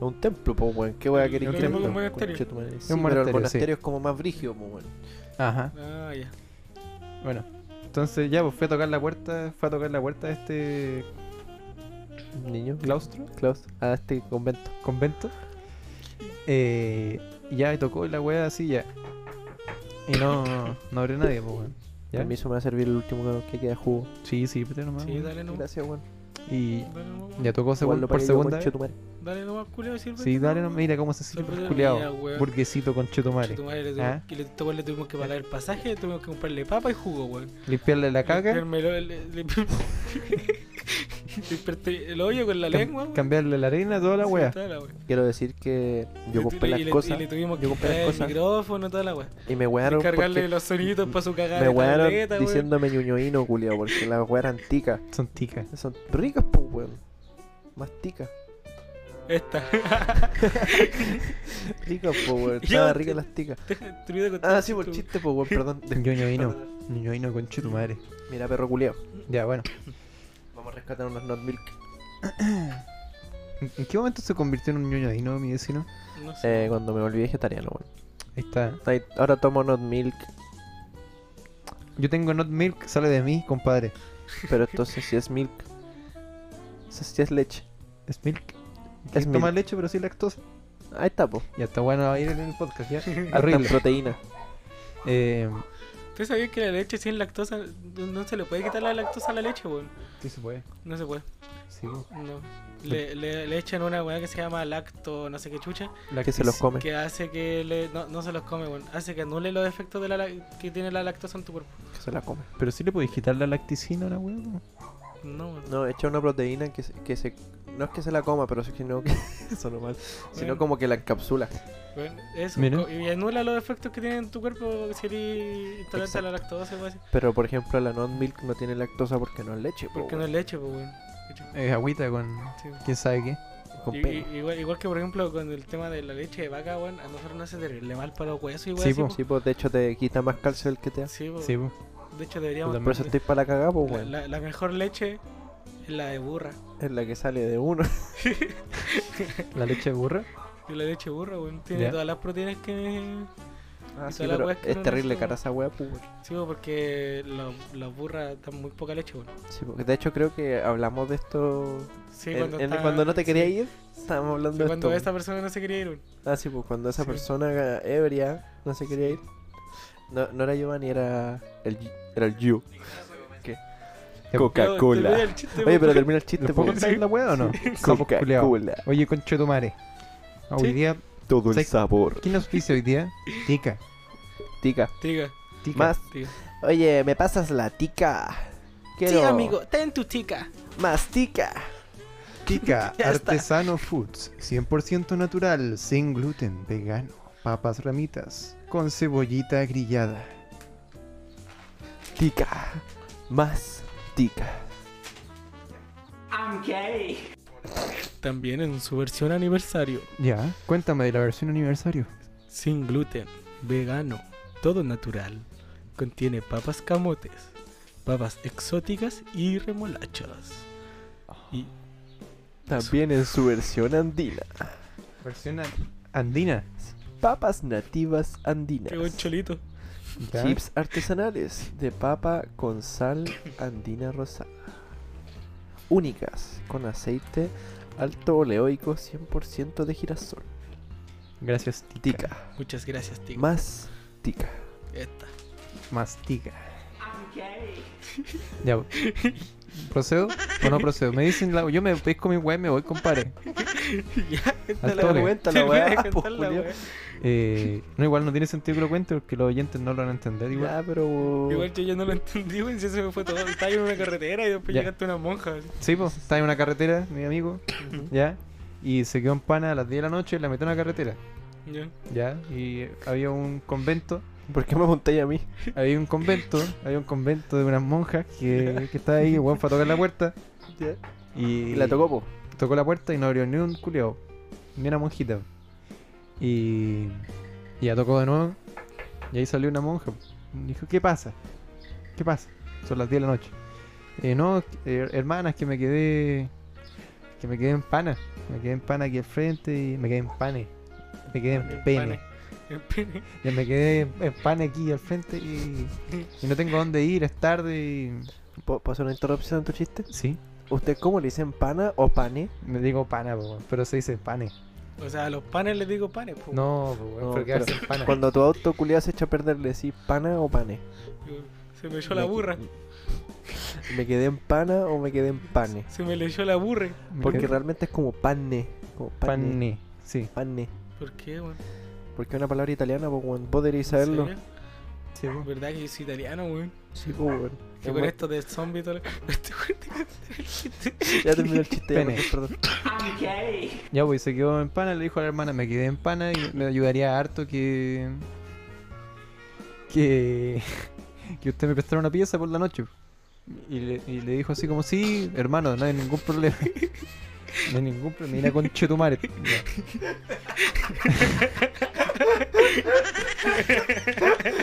Speaker 4: un templo, po, weón. ¿Qué weá queréis
Speaker 1: Lo
Speaker 4: que
Speaker 1: mismo
Speaker 4: tenga,
Speaker 1: que un
Speaker 3: monasterio.
Speaker 4: concha de tu madre? Sí, pero el
Speaker 1: un monasterio, sí.
Speaker 4: monasterio es como más brígido, po, weón.
Speaker 1: Ajá.
Speaker 3: Ah, ya.
Speaker 1: Bueno. Entonces ya, pues fue a tocar la puerta, fue a tocar la puerta de este
Speaker 4: Niño,
Speaker 1: claustro,
Speaker 4: claustro, a este convento.
Speaker 1: convento. Eh, y ya y tocó y la wea así ya. Y no, no abrió nadie, pues weón. ¿Ya?
Speaker 4: Permiso, me va a servir el último que queda de jugo.
Speaker 1: Sí, sí, pero nomás.
Speaker 3: Sí,
Speaker 4: Ah,
Speaker 1: weón.
Speaker 3: dale nomás.
Speaker 4: Gracias, weón.
Speaker 1: Y
Speaker 3: Dale nomás.
Speaker 1: ya tocó segun-
Speaker 4: Igual lo
Speaker 1: por
Speaker 4: pagué yo,
Speaker 1: segunda
Speaker 4: concha de
Speaker 1: vez.
Speaker 4: tu madre.
Speaker 3: Dale nomás, culeo, sirve.
Speaker 1: Sí, dale, no, mira cómo se
Speaker 3: Sírvete
Speaker 1: sirve
Speaker 3: la mía,
Speaker 1: culiado.
Speaker 3: weón.
Speaker 1: Burguesito con chetumare.
Speaker 3: Tu madre le
Speaker 1: ¿Ah?
Speaker 3: tuvimos, que le, este weón le tuvimos que pagar el pasaje, le tuvimos que comprarle papa y jugo, weón.
Speaker 1: Limpiarle la caca,
Speaker 3: Limpiarme el, el- el- limpiarte el hoyo con la
Speaker 1: cam-
Speaker 3: lengua, weón.
Speaker 1: cambiarle la arena, toda la
Speaker 3: Sí,
Speaker 1: wea.
Speaker 3: toda la wea.
Speaker 4: Quiero decir que yo
Speaker 3: Y-
Speaker 4: compré
Speaker 3: y
Speaker 4: las
Speaker 3: le-
Speaker 4: cosas
Speaker 3: Y le tuvimos que
Speaker 4: yo compré las
Speaker 3: comprar el
Speaker 4: cosas.
Speaker 3: micrófono, toda la wea.
Speaker 4: y me wearon
Speaker 3: Descargarle
Speaker 4: porque
Speaker 3: los soniditos para su cagada.
Speaker 4: me
Speaker 3: de
Speaker 4: wearon
Speaker 3: tableta, weón.
Speaker 4: diciéndome ñoñoíno, culiao, porque las weas eran ticas.
Speaker 1: Son ticas.
Speaker 4: Son ricas, po, weón. Más ticas.
Speaker 3: Esta.
Speaker 4: Ricas, po, weón.
Speaker 3: Ya,
Speaker 4: Estaban
Speaker 3: te-
Speaker 4: ricas las ticas.
Speaker 3: Tu vida con todo
Speaker 4: Ah, sí, por
Speaker 3: tu-
Speaker 4: chiste, po, weón, perdón.
Speaker 1: Ñoño vino. Ñoño vino, conche tu madre.
Speaker 4: Mira, perro culiao.
Speaker 1: Ya, bueno.
Speaker 4: Vamos a rescatar unos Not Milk.
Speaker 1: ¿En en qué momento se convirtió en un ñoño vino, mi vecino?
Speaker 3: No sé.
Speaker 4: Eh, cuando me volví vegetariano, weón.
Speaker 1: Ahí está.
Speaker 4: Ahí- Ahora tomo Not Milk,
Speaker 1: Yo tengo Not Milk, sale de mí, compadre.
Speaker 4: pero entonces si es milk. Entonces si es leche.
Speaker 1: Es milk.
Speaker 4: Es
Speaker 1: Toma
Speaker 4: milk.
Speaker 1: leche, pero sí lactosa.
Speaker 4: Ahí está, po.
Speaker 1: Ya está bueno va a ir en el podcast, ya.
Speaker 4: Harta
Speaker 1: Horrible.
Speaker 4: proteína.
Speaker 1: Eh,
Speaker 3: ¿Usted sabía que la leche sin lactosa no no se le puede quitar la lactosa a la leche, weón?
Speaker 1: sí se puede.
Speaker 3: No se puede.
Speaker 1: Sí, po.
Speaker 3: No. Le, le, le echan una weá que se llama lacto, no sé qué chucha,
Speaker 1: La
Speaker 4: Que se los come.
Speaker 3: que hace que le. No, no se los come, weón. Hace que anule los efectos de la, lac- que tiene la lactosa en tu cuerpo.
Speaker 4: Que se la come.
Speaker 1: Pero sí le podéis quitar la lacticina a la wea. po.
Speaker 3: No, weón.
Speaker 4: No, echa una proteína que se, que se- No es que se la coma, pero sino que. Eso no mal. Sino
Speaker 3: Bueno.
Speaker 4: como que la encapsula.
Speaker 3: Weón, Eso,
Speaker 1: Mira.
Speaker 3: co- y anula los efectos que tiene en tu cuerpo si eres intolerante a la lactosa, weón.
Speaker 4: Pero por ejemplo, la non milk no tiene lactosa porque no es leche. po,
Speaker 3: Porque no es
Speaker 4: weón.
Speaker 3: leche, pues, weón.
Speaker 1: Eh, agüita con
Speaker 3: Sí.
Speaker 1: quién sabe qué.
Speaker 4: Con
Speaker 3: Y- y-
Speaker 4: pena.
Speaker 3: igual, igual que por ejemplo con el tema de la leche de vaca, weón, a nosotros no hace terrible mal para los huesos y weón.
Speaker 1: Sí,
Speaker 3: así,
Speaker 1: po.
Speaker 3: po.
Speaker 4: Sí, pues de hecho te quita más calcio el que te hace.
Speaker 3: Sí, po.
Speaker 1: Sí, po.
Speaker 3: De hecho deberíamos...
Speaker 1: Puta,
Speaker 4: Por eso estoy para la cagada, pues,
Speaker 3: la,
Speaker 4: weón.
Speaker 3: la- la mejor leche es la de burra.
Speaker 4: Es la que sale de uno.
Speaker 1: La leche de burra.
Speaker 3: Y la leche de burra, weón, tiene
Speaker 1: Ya.
Speaker 3: todas las proteínas que...
Speaker 4: Ah,
Speaker 3: Y
Speaker 4: sí,
Speaker 3: toda la
Speaker 4: pero
Speaker 3: weá que
Speaker 4: es
Speaker 3: no
Speaker 4: terrible
Speaker 3: nace,
Speaker 4: cara esa weá, pues, weón.
Speaker 3: Sí, po, porque lo- las burras dan muy poca leche, weón.
Speaker 4: Sí, porque de hecho creo que hablamos de esto.
Speaker 3: Sí,
Speaker 4: en- en-
Speaker 3: cuando,
Speaker 4: cuando,
Speaker 3: está-
Speaker 4: no te quería
Speaker 3: sí,
Speaker 4: ir, estábamos hablando
Speaker 3: sí,
Speaker 4: de esto.
Speaker 3: cuando
Speaker 4: weón.
Speaker 3: esta persona no se quería ir, weón.
Speaker 4: Ah, sí, pues cuando esa
Speaker 3: Sí.
Speaker 4: persona ebria no se quería ir. No, no era Giovanni, era el, Gi- era el Yu. ¿Qué?
Speaker 1: Ya,
Speaker 3: Pero termina
Speaker 4: Coca-Cola.
Speaker 3: el chiste,
Speaker 4: Oye,
Speaker 3: weón.
Speaker 4: pero termina el
Speaker 1: ¿Te
Speaker 4: chiste,
Speaker 1: puedo
Speaker 4: po.
Speaker 1: contar la wea o no? Sapo culiao.
Speaker 4: Coca-Cola.
Speaker 1: Oye, conche tu madre. Hoy
Speaker 3: Sí.
Speaker 1: día,
Speaker 4: Todo el
Speaker 1: Sí.
Speaker 4: sabor.
Speaker 1: ¿quién nos dice hoy día? Tica.
Speaker 4: Tica.
Speaker 3: Tiga,
Speaker 1: Tica.
Speaker 4: Más.
Speaker 3: tiga.
Speaker 4: Oye, ¿me pasas la tica? Quiero
Speaker 3: Sí, amigo, ten tu tica.
Speaker 4: más tica.
Speaker 1: Tica,
Speaker 3: Ya está.
Speaker 1: artesano foods, 100% natural, sin gluten, vegano, papas ramitas, con cebollita grillada.
Speaker 4: Tica. Más tica.
Speaker 3: También en su versión aniversario.
Speaker 1: Ya, cuéntame de la versión aniversario.
Speaker 3: Sin gluten, vegano, todo natural. Contiene papas camotes, papas exóticas y remolachas. Y
Speaker 4: También en su versión andina.
Speaker 1: Versión andina.
Speaker 4: Papas nativas andinas.
Speaker 3: Qué buen cholito.
Speaker 1: ¿Ya?
Speaker 4: Chips artesanales de papa con sal andina rosada. Únicas, con aceite alto oleoico 100% de girasol.
Speaker 1: Gracias, tica.
Speaker 4: Tica.
Speaker 3: Muchas gracias, Tico.
Speaker 4: Más tica.
Speaker 3: Esta.
Speaker 1: Mastica. Ya. po. ¿Procedo o no procedo? Me dicen, la- yo me pesco mi weá y me voy, compadre.
Speaker 3: ya, esta
Speaker 1: Al
Speaker 3: la
Speaker 1: toque.
Speaker 3: weá.
Speaker 4: Cuéntala,
Speaker 3: Termina de
Speaker 4: weá, po,
Speaker 3: contar la
Speaker 4: Julio.
Speaker 3: weá.
Speaker 1: Eh, no, igual no tiene sentido que lo cuente porque los oyentes no lo van a entender igual.
Speaker 4: Ya, pero.
Speaker 3: Igual yo ya no lo entendí, güey. Si eso me fue todo. Estaba en una carretera y después
Speaker 1: Ya.
Speaker 3: llegaste una monja. así.
Speaker 1: Sí, pues, está en una carretera, mi amigo,
Speaker 4: Ujú.
Speaker 1: ya. Y se quedó en pana a las 10 de la noche y la metió en una carretera,
Speaker 3: Ya.
Speaker 1: ya. Y había un convento
Speaker 4: ¿Por qué me apuntáis a mí?
Speaker 1: había un convento, había un convento de unas monjas que, que estaba ahí, el weón fue a tocar la puerta y,
Speaker 4: Y la tocó, po.
Speaker 1: tocó la puerta y no abrió ni un culiao, ni una monjita. Y, y ya tocó de nuevo y ahí salió una monja. Dijo, ¿qué pasa? ¿Qué pasa? Son las 10 de la noche. "Eh, no, eh, hermanas, que me quedé, que me quedé en pana, me quedé en pana aquí al frente y me quedé en pane, me quedé en pene.
Speaker 3: En pene.
Speaker 1: Ya me quedé en pan aquí al frente y, y no tengo dónde ir, es tarde y...
Speaker 4: ¿Puedo puedo hacer una interrupción en tu chiste?
Speaker 1: Sí.
Speaker 4: ¿Usted cómo le dicen pana o pane?
Speaker 1: Me digo pana, po, weón, pero se dice pane.
Speaker 3: O sea, a los panes les digo panes, po.
Speaker 1: No, po, weón,
Speaker 4: No,
Speaker 1: pero quedarse en pana.
Speaker 4: Cuando tu auto culiado se echa a perder, le decís pana o pane.
Speaker 3: Yo- Se me echó la
Speaker 4: Me-
Speaker 3: burra.
Speaker 4: ¿Me quedé en pana o me quedé en pane?
Speaker 3: Se me le echó la burra.
Speaker 1: Me
Speaker 4: Porque
Speaker 1: quedé-
Speaker 4: realmente es como panne. Como panne.
Speaker 1: pane, sí.
Speaker 4: Panne.
Speaker 3: ¿Por qué, güey?
Speaker 4: Porque es una palabra italiana, pues, weón. Vos deberíais saberlo.
Speaker 3: ¿En
Speaker 1: sí po.
Speaker 3: serio? ¿Verdad que yo soy italiano, güey?
Speaker 4: Sí, pues, weón.
Speaker 3: Que
Speaker 4: Es
Speaker 3: con
Speaker 4: muy-
Speaker 3: esto de zombie y todo lo... Este güey tiene que hacer el chiste.
Speaker 4: Ya terminó el chiste, ya,
Speaker 1: este Pene.
Speaker 4: perdón. perdón.
Speaker 1: Ya, pues, se quedó en pana, le dijo a la hermana, me quedé en pana y me ayudaría harto que... Que... Que usted me prestara una pieza por la noche. po. Y le, y le dijo así como, sí, hermano, no hay ningún problema. No hay ningún problema, mira conche tu madre. Ya.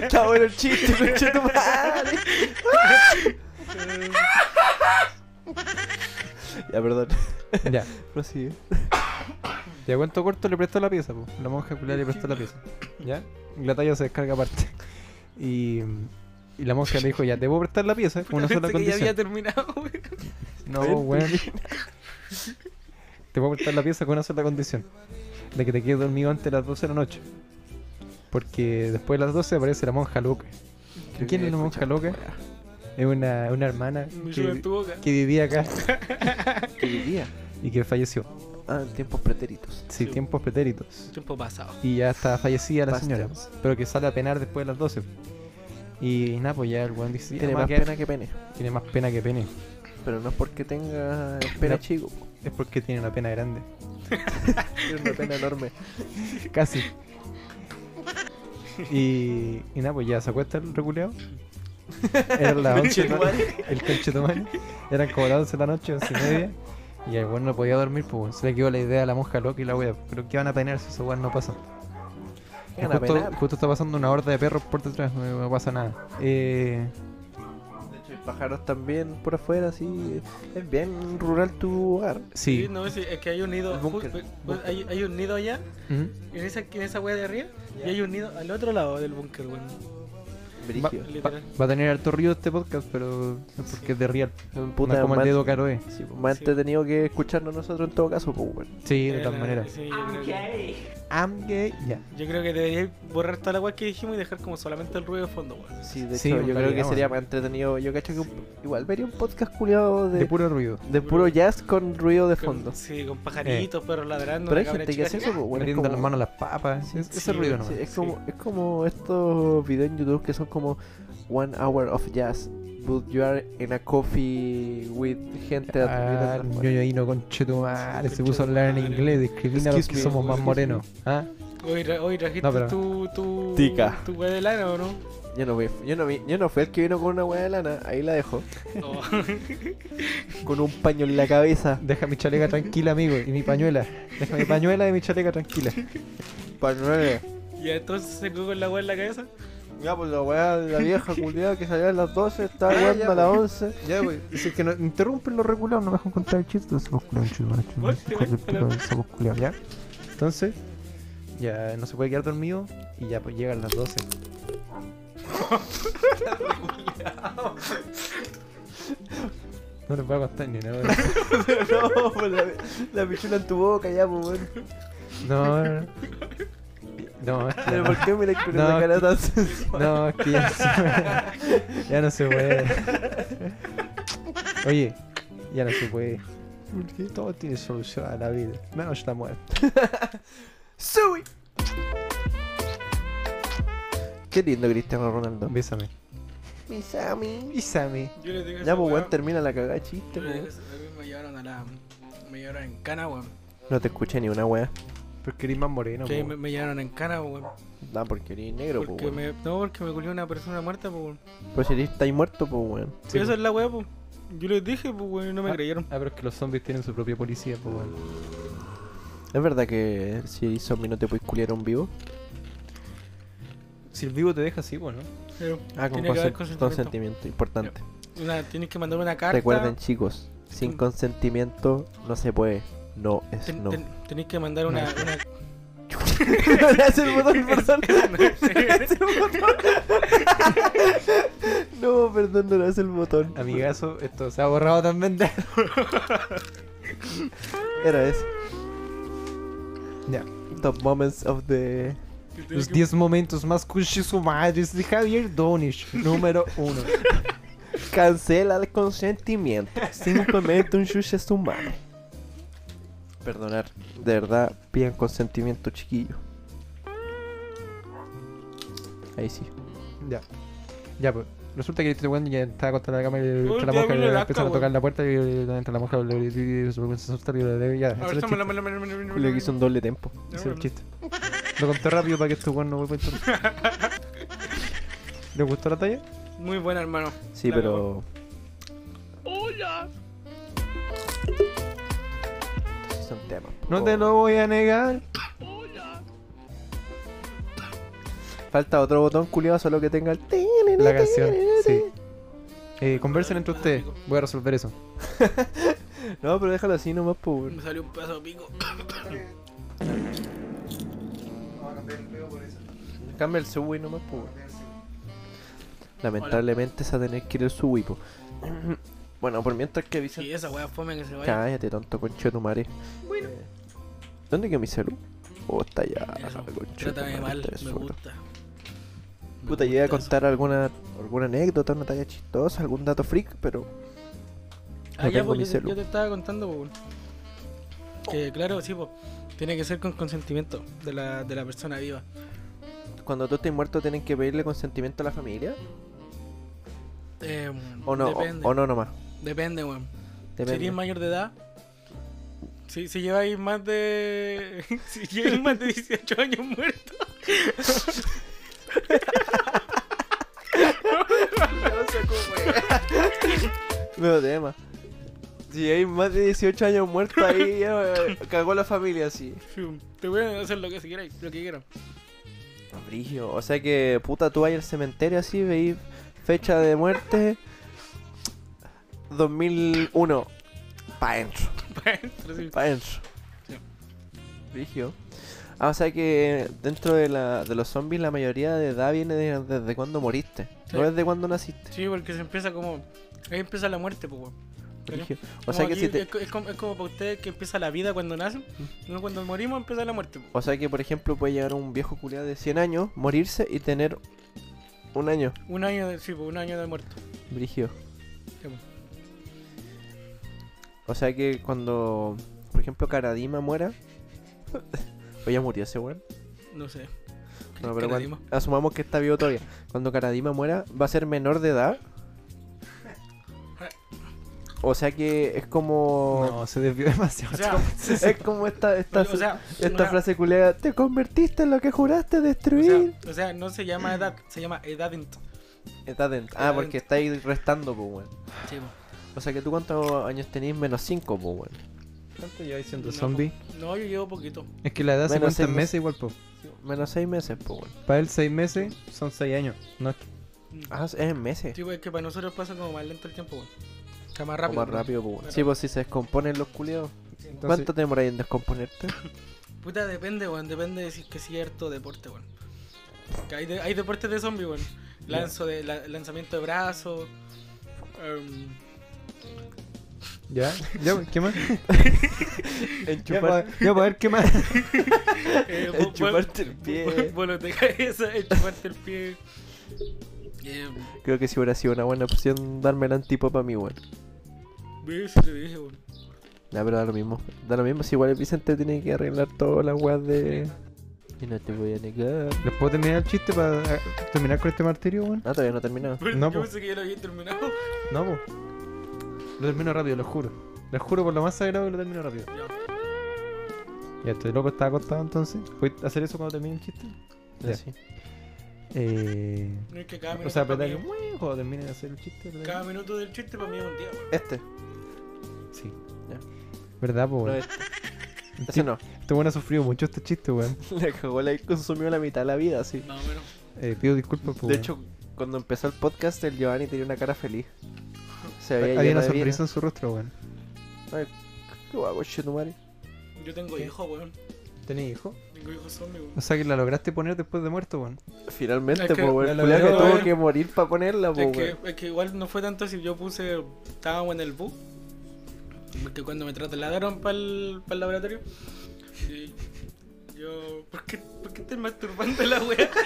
Speaker 4: Está bueno el chiste, concha tu madre. Ya, perdón.
Speaker 1: Ya.
Speaker 4: Prosigue.
Speaker 1: Ya cuento corto le prestó la pieza, po. la monja culia le prestó la pieza. ¿Ya? Y La talla se descarga aparte. Y, y la monja le dijo, ya, te puedo prestar la pieza, con una
Speaker 3: Pensé
Speaker 1: sola
Speaker 3: que ya había
Speaker 1: condición.
Speaker 3: terminado, güey.
Speaker 1: No,
Speaker 4: Vente.
Speaker 1: weón. Te puedo prestar la pieza con una sola condición. De que te quedes dormido antes de las 12 de la noche. Porque después de las 12 aparece la monja loca. ¿Y quién es la monja loca? Es una, una hermana
Speaker 3: Me echó en
Speaker 1: que,
Speaker 3: tu boca.
Speaker 1: que vivía acá
Speaker 4: Que vivía.
Speaker 1: y que falleció.
Speaker 4: Ah, en tiempos pretéritos.
Speaker 1: Sí,
Speaker 3: Sí.
Speaker 1: tiempos pretéritos.
Speaker 3: Tiempo pasado.
Speaker 1: Y ya está fallecida la señora.
Speaker 4: Bastards.
Speaker 1: Pero que sale a penar después de las 12. Y nada, pues ya el weón dice: "Ya,
Speaker 4: Tiene
Speaker 1: me
Speaker 4: más
Speaker 1: voy a
Speaker 4: pena que
Speaker 1: quedar".
Speaker 4: pene.
Speaker 1: Tiene más pena que pene.
Speaker 4: Pero no es porque tenga pena
Speaker 1: No.
Speaker 4: chico.
Speaker 1: Es porque tiene una pena grande.
Speaker 4: Tiene una pena enorme.
Speaker 1: Casi. Y, y nada, pues ya se acuesta el reculeado. Eran las 11 de la noche. El conchetumare. Eran como las 11 de la noche, 11 y media. Y el weón no podía dormir, pues weón. se le quedó la idea a la mosca loca y la wea. Pero que van a penar si esos weón no pasa. Y
Speaker 4: Van a
Speaker 1: Justo,
Speaker 4: penar.
Speaker 1: justo está pasando una horda de perros por detrás, no, no pasa nada. Eh,
Speaker 4: De hecho, hay pues, pájaros también por afuera, así. Es bien rural tu hogar.
Speaker 1: sí.
Speaker 3: Sí, no, sí, es que hay un nido.
Speaker 4: El búnker,
Speaker 3: ju- ju-
Speaker 4: búnker.
Speaker 3: Hay, hay un nido allá,
Speaker 1: Ujú.
Speaker 3: en esa, en esa wea de arriba, y hay un nido al otro lado del búnker, weón.
Speaker 1: Va,
Speaker 4: Brigio.
Speaker 1: va- va a tener harto ruido este podcast, pero es porque es de real.
Speaker 4: Puta,
Speaker 1: no es como el E.
Speaker 4: más-
Speaker 1: dedo caroe.
Speaker 4: Sí, pues, más
Speaker 3: Sí.
Speaker 4: entretenido que escucharnos nosotros en todo caso, pues, weón.
Speaker 1: Sí, de
Speaker 3: Eh,
Speaker 1: todas
Speaker 3: la-
Speaker 1: maneras.
Speaker 3: sí, yo, creo que,
Speaker 1: I'm gay. Ya.
Speaker 3: yo creo que deberíais borrar toda la wea que dijimos y dejar como solamente el ruido de fondo, weón.
Speaker 4: Sí, de
Speaker 1: Sí,
Speaker 4: hecho,
Speaker 1: en
Speaker 4: yo creo
Speaker 1: realidad,
Speaker 4: que sería
Speaker 1: weón.
Speaker 4: más entretenido. Yo cacho que un- igual vería un podcast culiado de,
Speaker 1: De puro ruido.
Speaker 4: de puro jazz con ruido de fondo.
Speaker 3: Con- Sí, con pajaritos, perros ladrando.
Speaker 4: Pero hay
Speaker 3: una cabra
Speaker 4: gente que
Speaker 3: chica
Speaker 4: hace eso, pues, weón. Es
Speaker 1: Metiendo
Speaker 4: como,
Speaker 1: las manos a las papas.
Speaker 4: Sí,
Speaker 1: es- ese
Speaker 3: sí,
Speaker 1: ruido nomás.
Speaker 4: sí, es como- es como estos videos en YouTube que son como One Hour of Jazz. But you are in a coffee with gente
Speaker 1: Ah,
Speaker 4: atrás.
Speaker 1: el ñoño ahí no conchetumare, se puso a hablar en
Speaker 3: Conchetumare.
Speaker 1: inglés, discrimina a los que
Speaker 4: Excuse me,
Speaker 1: somos más
Speaker 4: excuse
Speaker 1: morenos. ¿Ah?
Speaker 3: Hoy, tra- hoy trajiste
Speaker 1: No, pero-
Speaker 3: tu, tu,
Speaker 4: Tica.
Speaker 3: tu wea de lana, ¿o no?
Speaker 4: Yo no, vi- yo, no vi- yo no fui el que vino con una hueá de lana, ahí la dejo.
Speaker 3: No.
Speaker 4: Con un paño en la cabeza,
Speaker 1: Deja mi chaleca tranquila, amigo, y mi pañuela. Deja mi pañuela y mi chaleca tranquila.
Speaker 4: pañuelo.
Speaker 3: y entonces se quedó con la wea en la cabeza.
Speaker 4: Ya, pues la hueá de la vieja culiada que salía a las 12, estaba
Speaker 1: Ah, ya,
Speaker 4: jugando a las 11.
Speaker 1: Ya, güey. Dice que no, interrumpen los regulados, no me dejan contar el chiste. Somos culiados, chicos,
Speaker 3: Vos te vas a la-
Speaker 1: Somos culiados, ya. Entonces, Ya no se puede quedar dormido y ya pues llegan las 12. No les voy a contar ni nada.
Speaker 4: no, pues la, la pichula en tu boca ya, pues, weón.
Speaker 1: No, no. No, es que
Speaker 4: Pero
Speaker 1: no.
Speaker 4: ¿por qué me la con
Speaker 1: No,
Speaker 4: la cara tan
Speaker 1: No, es que ya, se- ya no se puede. Oye, ya no se puede. Porque todo tiene solución a la vida, menos la muerte.
Speaker 4: ¡Sui! Qué lindo Cristiano Ronaldo.
Speaker 1: Bésame.
Speaker 4: Misami.
Speaker 1: Bésame.
Speaker 3: Yo les digo
Speaker 4: Ya,
Speaker 3: esa
Speaker 4: pues,
Speaker 3: weá.
Speaker 4: weón, termina la cagada de
Speaker 3: Yo
Speaker 4: chiste, pues,
Speaker 3: les
Speaker 4: weón.
Speaker 3: digo esa- a mí Me llevaron a la. Me llevaron en cana, weón.
Speaker 4: No te escuché ni una weá.
Speaker 1: Porque eres más moreno.
Speaker 3: Sí,
Speaker 1: po.
Speaker 3: me, me llevaron en cana, weón.
Speaker 4: No, porque eres negro, pues,
Speaker 3: Porque
Speaker 4: weón.
Speaker 3: me, no, porque me culió una persona muerta, pues, weón.
Speaker 4: Pues si eres- estáis muerto, pues, weón.
Speaker 1: Sí,
Speaker 3: Esa
Speaker 1: po.
Speaker 3: es la weá, pues. Yo les dije, pues, weón, y no me
Speaker 1: Ah.
Speaker 3: creyeron.
Speaker 1: Ah, pero es que los zombies tienen su propia policía, pues bueno.
Speaker 4: ¿Es verdad que si eres zombie no te puedes culiar a un vivo?
Speaker 1: Si el vivo te deja así, bueno.
Speaker 3: Pero
Speaker 4: Ah, con
Speaker 3: tiene que haber
Speaker 4: consen-
Speaker 3: consentimiento.
Speaker 4: consentimiento, importante.
Speaker 3: Una- tienes que mandarme una carta.
Speaker 4: Recuerden, chicos, sin
Speaker 3: Mm.
Speaker 4: consentimiento no se puede. No es
Speaker 3: Ten-
Speaker 4: no.
Speaker 3: ten- tenéis que mandar una.
Speaker 1: No.
Speaker 3: una...
Speaker 4: Le hace el botón, perdón. Le hace el botón. No, perdón, no le hace el botón.
Speaker 1: Amigazo, esto se ha borrado también de.
Speaker 4: Era ese.
Speaker 1: Ya.
Speaker 4: Top moments of the.
Speaker 1: Los 10 momentos más madres de Javier Donish, número 1.
Speaker 4: Cancela el consentimiento. Simplemente un chuche es humano. Perdonar. De verdad, pidan consentimiento, chiquillo. Ahí sí.
Speaker 1: ya. Ya, pues. Resulta que este weón ya estaba contra la cama y le
Speaker 3: Uy,
Speaker 1: entra la
Speaker 3: ya
Speaker 1: mosca
Speaker 3: vino
Speaker 1: le
Speaker 3: la
Speaker 1: empezaron a
Speaker 3: acá,
Speaker 1: tocar la puerta y le entra la mosca le le- le- le- se asusta y le- le- ya.
Speaker 3: A
Speaker 1: ese
Speaker 3: ver,
Speaker 1: es el
Speaker 3: tómala,
Speaker 1: chiste,
Speaker 3: mala, mala, mala, mala,
Speaker 4: Julio que hizo un doble tempo.
Speaker 1: ese es el chiste. Lo conté rápido para que este weón no vuelva a entrar. ¿Le gustó la talla?
Speaker 3: Muy buena, hermano.
Speaker 4: Sí,
Speaker 3: La mejor.
Speaker 4: pero. ¡Hola! Es un tema. Oh.
Speaker 1: No
Speaker 3: Oh.
Speaker 1: te lo voy a negar.
Speaker 4: Falta otro botón culiado, solo que tenga el.
Speaker 1: La canción, sí. Eh, conversen entre ustedes. Voy a resolver eso.
Speaker 4: No, pero déjalo así nomás, por.
Speaker 3: Me salió un pedazo de pico.
Speaker 4: Cambia el subway nomás, por. Lamentablemente se va a tener que ir el subway, po. Bueno, por mientras que Vicente.
Speaker 3: Sí, esa weá fome que se vaya.
Speaker 4: Cállate, tonto concho de tu madre. Ah, Bueno. ¿Dónde quedó mi celu? Oh, está allá,
Speaker 3: Eso,
Speaker 4: concho de tu
Speaker 3: Trátame
Speaker 4: madre,
Speaker 3: mal,
Speaker 4: está de
Speaker 3: me
Speaker 4: zurdo.
Speaker 3: gusta. Me
Speaker 4: Puta, yo iba a
Speaker 3: gusta
Speaker 4: contar alguna, alguna anécdota, una talla chistosa, algún dato freak, pero
Speaker 3: eso.
Speaker 4: no
Speaker 3: Ah, ya,
Speaker 4: tengo mi
Speaker 3: pues, yo, te-
Speaker 4: celu.
Speaker 3: yo te estaba contando, pues. weón. Que claro, sí, pues. Tiene que ser con consentimiento de la, de la persona viva.
Speaker 4: cuando tú estés muerto tienen que pedirle consentimiento a la familia.
Speaker 3: Eh,
Speaker 4: O no, o,
Speaker 3: depende.
Speaker 4: o no nomás.
Speaker 3: Depende, weón. Si
Speaker 4: Depende.
Speaker 3: eres mayor de edad. Si, si lleváis más de. Si lleváis más de 18 años muerto.
Speaker 4: Nuevo tema. Si hay más de 18 años muerto ahí, ya, eh, cagó la familia así.
Speaker 3: Te voy a hacer lo que se quieras, lo que quieran.
Speaker 4: Brigio, o sea que puta, tú vas al cementerio así, veis fecha de muerte 2001. Pa' dentro,
Speaker 3: Pa' dentro, sí.
Speaker 4: pa' dentro.
Speaker 3: Sí.
Speaker 4: Brigio. Ah, o sea que dentro de, la, de los zombies la mayoría de edad viene de- desde cuando moriste,
Speaker 3: Sí.
Speaker 4: no desde cuando naciste.
Speaker 3: Sí, porque se empieza como. Ahí empieza la muerte, pues, weón.
Speaker 4: Brigio. O
Speaker 3: Como
Speaker 4: sea que
Speaker 3: aquí
Speaker 4: si te,
Speaker 3: es, co- es como, es como para ustedes que empieza la vida cuando nacen. No, cuando morimos empieza la muerte. pues. po.
Speaker 4: O sea que, por ejemplo, puede llegar un viejo culiado de 100 años, morirse y tener un año.
Speaker 3: Un año de, sí, po, un año de muerto.
Speaker 4: Brigio.
Speaker 3: Sí, po.
Speaker 4: O sea que cuando, por ejemplo, Karadima muera. o ya murió ese weón.
Speaker 3: No sé.
Speaker 4: No, pero
Speaker 3: Karadima.
Speaker 4: cuando- asumamos que está vivo todavía. Cuando Karadima muera, ¿va a ser menor de edad? O sea que es como.
Speaker 1: No, Oh, se desvió demasiado.
Speaker 3: O sea,
Speaker 4: Es como esta, esta,
Speaker 3: o sea,
Speaker 4: esta
Speaker 3: una-
Speaker 4: frase culiada. Te convertiste en lo que juraste
Speaker 3: o
Speaker 4: destruir.
Speaker 3: sea, o sea, no se llama edad, se llama edad. int-
Speaker 4: Está dentro. Ah, porque está ahí restando, pues, weón.
Speaker 3: Sí, po.
Speaker 4: O sea que tú cuántos años tenés menos 5, pues, weón.
Speaker 1: ¿Cuánto lleváis siendo
Speaker 3: No,
Speaker 1: zombie?
Speaker 3: po- No, yo llevo poquito.
Speaker 1: Es que la edad se
Speaker 4: Bueno,
Speaker 1: cuenta
Speaker 4: seis
Speaker 1: en meses igual, po.
Speaker 4: Menos 6 meses, pues, weón.
Speaker 1: Para él 6 meses son 6 años. No, es que-
Speaker 4: Ah, es en meses.
Speaker 3: Sí, po, es que para nosotros pasa como más lento el tiempo, weón. Está más
Speaker 4: O
Speaker 3: rápido.
Speaker 4: más
Speaker 3: po.
Speaker 4: rápido, pues, weón.
Speaker 3: Más
Speaker 4: Sí, pues, si se descomponen los culiados.
Speaker 1: entonces,
Speaker 4: ¿Cuánto te demoráis en descomponerte?
Speaker 3: Puta, depende, weón. Depende de si es que es cierto deporte, weón. Que Hay, de- hay deportes de zombies, weón. Lanzo de, la- lanzamiento de brazos. em,
Speaker 1: ¿Ya? ¿Ya? ¿Qué más? Ya,
Speaker 4: Enchupar,
Speaker 1: para, ya, pa' ver qué más.
Speaker 3: eh,
Speaker 4: El
Speaker 3: vu-
Speaker 4: chuparte el
Speaker 3: vu-
Speaker 4: pie.
Speaker 3: vu- Vuelos de cabeza, el chuparte el pie. Em,
Speaker 4: pues, Creo que si hubiera sido una buena opción darme el antipop a mí, weón.
Speaker 3: ve si te dije, weón.
Speaker 4: La verdad, lo mismo. Da lo mismo si igual el Vicente tiene que arreglar todas las weas de. Y no te voy a negar.
Speaker 1: ¿Les puedo terminar el chiste para eh, terminar con este martirio, weón?
Speaker 4: Ah, todavía no he terminado.
Speaker 3: Pero
Speaker 1: No,
Speaker 3: yo
Speaker 1: po.
Speaker 3: pensé que ya lo había terminado.
Speaker 1: No, po. Lo termino rápido, lo juro. Lo juro por lo más sagrado que lo termino rápido. Ya, este loco estaba acostado entonces. ¿Puedes hacer eso cuando termine el chiste? Ya.
Speaker 4: Así.
Speaker 1: Eh,
Speaker 3: No es que cada
Speaker 1: o
Speaker 3: minuto,
Speaker 1: sea,
Speaker 3: pa'
Speaker 1: apretar
Speaker 3: mí-
Speaker 1: el "Mueh", cuando termine de hacer el chiste. ¿verdad?
Speaker 3: cada minuto del chiste para mí es un día, weón.
Speaker 4: Este.
Speaker 1: Sí.
Speaker 4: Ya.
Speaker 1: ¿Verdad, po?
Speaker 4: No,
Speaker 1: weón?
Speaker 4: este. Ese no.
Speaker 1: Este weón ha sufrido mucho este chiste, weón.
Speaker 4: La cagola consumió la mitad de la vida, así.
Speaker 3: Más o menos.
Speaker 1: Eh, pido disculpas, po.
Speaker 4: De
Speaker 1: weón.
Speaker 4: hecho, cuando empezó el podcast, el Giovanni tenía una cara feliz. Se veía
Speaker 1: había
Speaker 4: lleno
Speaker 1: una
Speaker 4: de "Oh, vida.
Speaker 1: sonrisa en su rostro, weón.
Speaker 4: Ay, ¿Qué guapo, chetumare?
Speaker 3: Yo tengo
Speaker 1: ¿Qué?
Speaker 3: hijos, weón.
Speaker 1: ¿Tenés hijo?
Speaker 3: Tengo hijos zombies, weón.
Speaker 1: O sea que la lograste poner después de muerto, weón.
Speaker 4: Finalmente,
Speaker 3: Es que-
Speaker 4: pues, weón.
Speaker 1: Ya lo
Speaker 4: Julián que
Speaker 1: veo,
Speaker 4: tuvo
Speaker 3: weón.
Speaker 4: que morir para ponerla, pues,
Speaker 3: Es
Speaker 4: weón.
Speaker 3: que, es que igual no fue tanto si yo puse. Estábamos en el bus. Porque cuando me trasladaron para el, laboratorio. Y yo. ¿Por qué, por qué te masturbando la wea?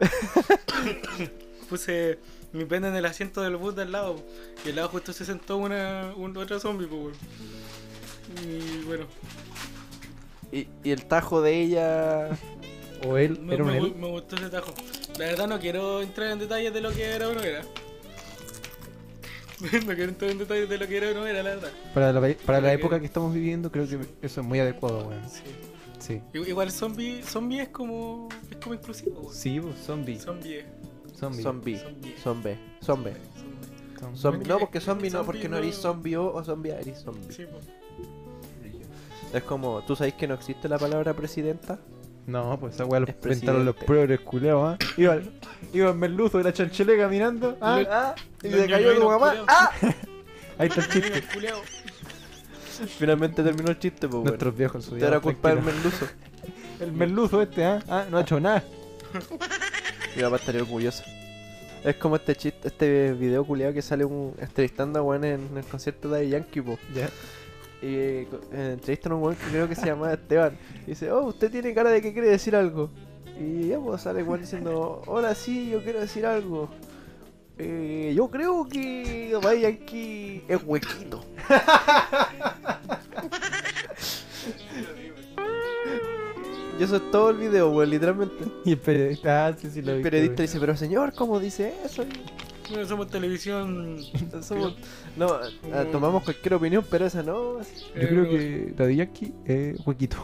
Speaker 3: Ah, este Puse mi pene en el asiento del bus de al lado. Y al lado justo se sentó una, un, otro zombie, pues, weón. Y bueno,
Speaker 4: Y, y el tajo de ella.
Speaker 1: O él,
Speaker 3: me,
Speaker 1: era un
Speaker 3: me gu-
Speaker 1: él.
Speaker 3: me gustó ese tajo. La verdad no quiero entrar en detalles de lo que era o no era. No quiero entrar en detalles de lo que era o no era, la verdad.
Speaker 1: Para la, para la
Speaker 3: Creo que-
Speaker 1: época que estamos viviendo, creo que eso es muy adecuado, weón.
Speaker 3: Sí.
Speaker 1: Sí.
Speaker 3: I- Igual zombie, zombie es como es como inclusivo. weón.
Speaker 1: Sí, vos, zombie.
Speaker 3: Zombie.
Speaker 1: Zombie.
Speaker 3: Zombie.
Speaker 4: Zombie. Zombie. Zombie.
Speaker 3: zombie.
Speaker 1: Zombie.
Speaker 4: Zombie. No, porque zombie no,
Speaker 3: Zombie
Speaker 4: porque no
Speaker 3: no.
Speaker 4: eres zombie o, o zombie eres zombie.
Speaker 3: Sí, po.
Speaker 4: Es como, ¿tú sabes que no existe la palabra presidenta?
Speaker 1: No, pues esa weá los
Speaker 4: Es
Speaker 1: inventaron los
Speaker 4: presidente.
Speaker 1: progres culeados, ¿ah? Iba, iba el merluzo de la chanchele caminando, ¿ah?
Speaker 3: Lo-
Speaker 1: ah, y
Speaker 3: Los
Speaker 1: se cayó tu
Speaker 3: ñoños
Speaker 1: mamá,
Speaker 3: culiaos.
Speaker 1: ¡ah! Ahí está el
Speaker 3: Los ñoños
Speaker 1: chiste.
Speaker 3: culiaos.
Speaker 4: Finalmente terminó el chiste, pues, weón.
Speaker 1: Nuestros viejos en su
Speaker 4: Te era
Speaker 1: día.
Speaker 4: culpa del
Speaker 1: tranquilo.
Speaker 4: merluzo.
Speaker 1: El merluzo este, ¿ah? Ah, no ha hecho nada.
Speaker 4: Mi papá estaría orgulloso. Es como este chiste, este video culiado que sale un entrevistando a weón en el concierto de Daddy Yankee, po.
Speaker 1: Ya.
Speaker 4: Y eh, co- eh, entrevistan a un weón que creo que se llama Esteban. Y dice, oh, usted tiene cara de que quiere decir algo. Y ya pues sale igual diciendo, hola sí, yo quiero decir algo. Eh, yo creo que Daddy Yankee es huequito. y eso es todo el video, weón, literalmente.
Speaker 1: Y el periodista, ah, sí, sí, lo
Speaker 4: El
Speaker 1: viste,
Speaker 4: periodista
Speaker 1: güey.
Speaker 4: dice, pero señor, ¿cómo dice eso?
Speaker 3: Bueno, somos televisión.
Speaker 4: Somos- No, ah, tomamos cualquier opinión, pero esa no. así,
Speaker 3: eh,
Speaker 1: Yo creo que Daddy Yankee es huequito.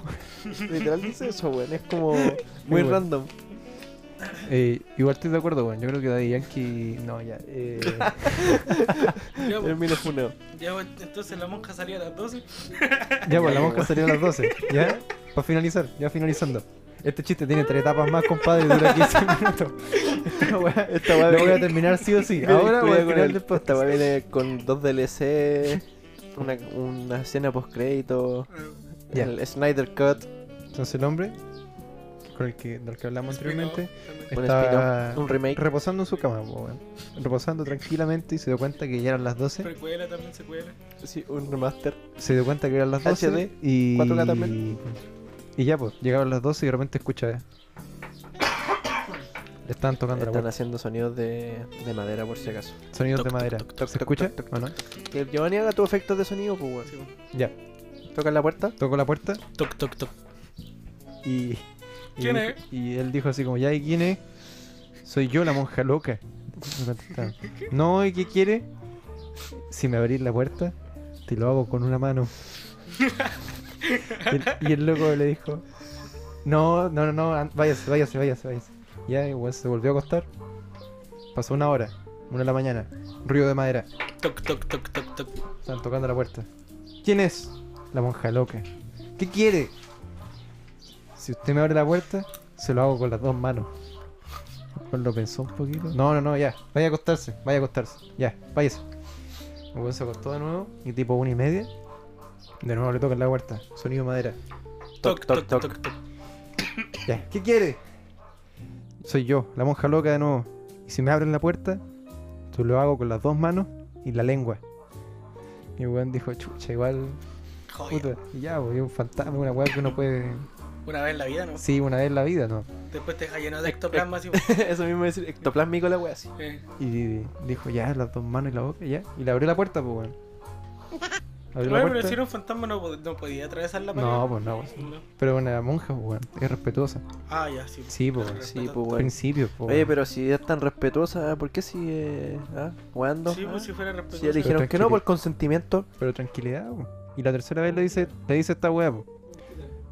Speaker 4: Literal dice eso, weón. Es como muy
Speaker 1: Muy bueno.
Speaker 4: random.
Speaker 1: Eh, igual estoy de acuerdo, weón. Yo creo que Daddy Yankee. No, ya. Eh,
Speaker 3: Ya, po.
Speaker 1: pues. em
Speaker 4: Termina funeo.
Speaker 3: Ya, po, entonces la monja salía a las 12.
Speaker 1: ya, pues la mosca salió a las 12. ¿Ya? Para finalizar, ya finalizando. Este chiste tiene tres etapas más, compadre, y dura 15 minutos. Esta weá-
Speaker 4: Esta weá
Speaker 1: Lo voy a
Speaker 4: viene-
Speaker 1: terminar sí o sí.
Speaker 4: viene
Speaker 1: Ahora voy
Speaker 4: incluida
Speaker 1: a
Speaker 4: con
Speaker 1: terminar
Speaker 4: el-
Speaker 1: el
Speaker 4: Esta
Speaker 1: podcast.
Speaker 4: weá viene con dos DLC, una, una escena post crédito,
Speaker 3: Eh,
Speaker 1: Ya.
Speaker 4: el Snyder Cut,
Speaker 1: Entonces el hombre, con el que, del que hablamos anteriormente,
Speaker 4: un
Speaker 1: estaba
Speaker 4: spin-off, un remake.
Speaker 1: reposando en su cama, po, weón. Reposando tranquilamente y se dio cuenta que ya eran las 12.
Speaker 3: Precuela también se cuela.
Speaker 4: Sí, un remaster.
Speaker 1: Se dio cuenta que eran las 12.
Speaker 4: HD,
Speaker 1: y...
Speaker 4: 4K también.
Speaker 1: Y ya, pues, llegaron las 12 y de repente escucha. eh. Le estaban tocando la
Speaker 4: Están
Speaker 1: puerta.
Speaker 4: haciendo sonidos de, de madera, por si acaso.
Speaker 1: Sonidos
Speaker 3: toc,
Speaker 1: de madera.
Speaker 4: toc, toc,
Speaker 1: ¿Se
Speaker 4: toc,
Speaker 1: escucha?
Speaker 4: toc, toc,
Speaker 1: ¿O no?
Speaker 4: Que el Giovanni haga tu efectos de sonido, pues weón.
Speaker 3: Sí, po.
Speaker 1: Ya,
Speaker 4: Toca la puerta.
Speaker 1: tocó la puerta
Speaker 3: Toc, toc, toc.
Speaker 1: y. y
Speaker 3: ¿Quién
Speaker 1: dijo-
Speaker 3: es?
Speaker 1: Y él dijo así como, ya, ¿y quién es? Soy yo, la monja loca. Me contestaron, No, ¿y qué quiere? Si me abrís la puerta, te lo hago con una mano. Y el, y el loco le dijo, no, no, no, no, an- váyase, váyase, váyase, váyase. Ya, y weón, se volvió a acostar. Pasó una hora, una de la mañana, ruido de madera,
Speaker 3: Toc, toc, toc, toc, toc.
Speaker 1: están tocando la puerta. ¿Quién es? La monja loca. ¿Qué quiere? Si usted me abre la puerta, se lo hago con las dos manos. Pues lo pensó un poquito. No, no, no, ya. Vaya a acostarse, vaya a acostarse. Ya, váyase. El weón se acostó de nuevo y tipo una y media De nuevo le toca en la huerta. Sonido madera.
Speaker 3: Toc, toc, toc, toc.
Speaker 1: Ya. ¿Qué quiere? Soy yo, la monja loca de nuevo. Y si me abren la puerta, tú lo hago con las dos manos y la lengua. Y el weón dijo, chucha, igual.
Speaker 3: Joder,
Speaker 1: Puta. Y ya, pues, es un fantasma, una weá que uno puede.
Speaker 3: una vez en la vida, ¿no?
Speaker 1: Sí, una vez en la vida, ¿no?
Speaker 3: Después te deja lleno de ectoplasma así.
Speaker 4: Eso mismo es decir, ectoplásmico la wea así.
Speaker 3: eh,
Speaker 1: Y dijo, ya, las dos manos y la boca, ya. Y le abrió la puerta, pues, weón. Abrió la
Speaker 3: Bueno, pero si era
Speaker 1: puerta.
Speaker 3: un fantasma no, pod- no podía atravesar la pared.
Speaker 1: No, pues no, pues.
Speaker 3: No.
Speaker 1: Pero una monja, pues, weón. Es respetuosa.
Speaker 3: Ah, ya, sí.
Speaker 1: Sí, pues,
Speaker 3: Claro,
Speaker 1: sí,
Speaker 4: Sí,
Speaker 3: respeto.
Speaker 4: pues weón.
Speaker 1: Principios, pues.
Speaker 4: Oye,
Speaker 1: weón.
Speaker 4: pero si es tan respetuosa, ¿por qué sigue ah, jugando?
Speaker 3: Sí, pues si fuera respetuoso.
Speaker 4: Si ya le dijeron que no
Speaker 1: Tranquilo.
Speaker 4: por consentimiento.
Speaker 1: Pero tranquilidad, po. Y la tercera vez le dice, le dice esta weá, po.